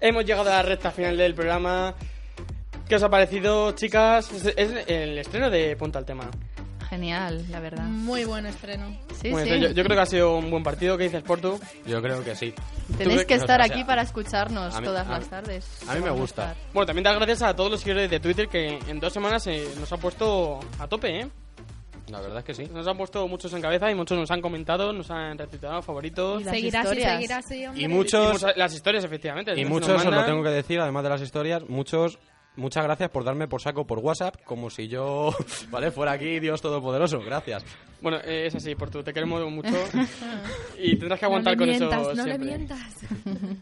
A: Hemos llegado a la recta final del programa. ¿Qué os ha parecido, chicas? Es, es el estreno de Punta al Tema.
C: Genial, la verdad.
D: Mm.
J: Muy buen estreno.
C: Sí,
A: Bueno,
C: sí.
A: yo, yo creo que ha sido un buen partido. ¿Qué dices, Portu?
B: Yo creo que sí.
C: Tenéis
B: Tú-
C: que
B: o sea,
C: estar
B: o sea,
C: aquí para escucharnos
B: a mí-
C: todas
B: a-
C: las tardes.
B: a mí me
C: Vamos a
B: gusta.
C: estar.
A: Bueno, también dar gracias a todos los seguidores de Twitter que en dos semanas eh, nos han puesto a tope, ¿eh?
B: La verdad es que sí.
A: Nos han puesto muchos en cabeza y muchos nos han comentado, nos han retuiteado favoritos.
C: Y las
J: Seguirá así,
C: historias.
J: seguirá así, hombre.
B: Y
A: Y
B: muchos eh,
A: muchas- las historias, efectivamente.
B: y
A: Nos
B: muchos os lo
A: mandan-
B: tengo que decir, además de las historias, muchos muchas gracias por darme por saco por WhatsApp como si yo, <laughs> vale, fuera aquí Dios todopoderoso. Gracias.
A: Bueno, eh, es así, Portu, te
D: <laughs>
A: queremos mucho. y tendrás que aguantar
D: no
A: con
D: le mientas,
A: eso
D: no le
A: siempre.
D: <laughs> mientas.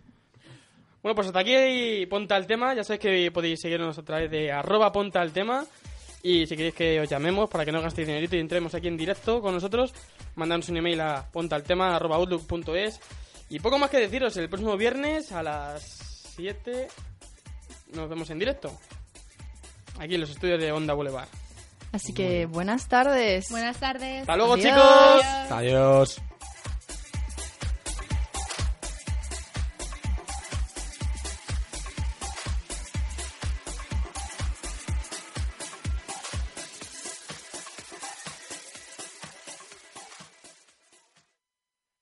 A: Bueno, pues hasta aquí y ponta al tema. Ya sabéis que podéis seguirnos a través de arroba ponta al tema. Y si queréis que os llamemos para que no gastéis dinerito y entremos aquí en directo con nosotros, mandadnos un email a pontaltema.outlook.es. Y poco más que deciros, el próximo viernes a las 7 nos vemos en directo. Aquí en los estudios de Onda Boulevard.
C: Así que buenas tardes.
J: Buenas tardes.
A: ¡Hasta luego,
C: Adiós.
A: chicos!
B: Adiós.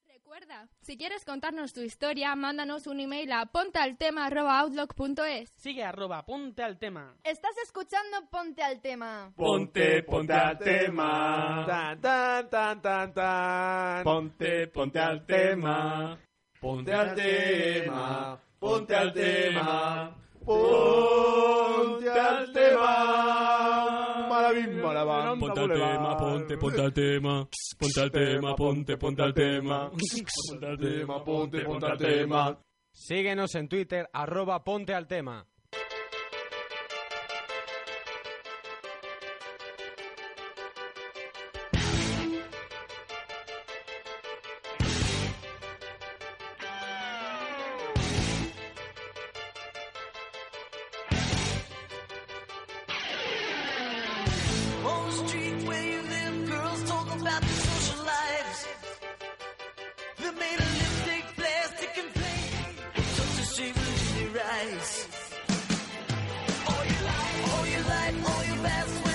D: Recuerda, si quieres contarnos tu historia, mándanos un email a pontealtema@outlook.es.
A: Sigue arroba ponte al tema.
F: Estás escuchando Ponte al Tema.
G: Ponte, ponte al tema.
H: Tan, tan, tan, tan, tan.
G: Ponte, ponte al tema. Ponte al tema. Ponte al tema.
H: Ponte al tema. Maravim, maraván.
G: Ponte al tema, ponte, ponte al tema. Ponte al tema, ponte, ponte al tema. Ponte al tema, ponte, ponte al tema.
B: Síguenos en Twitter arroba ponte al tema.
E: On the street where you live, girls talk about their social lives. They made of lipstick, plastic, and paint. Such a shame when you rise. All your life, all your life, all your past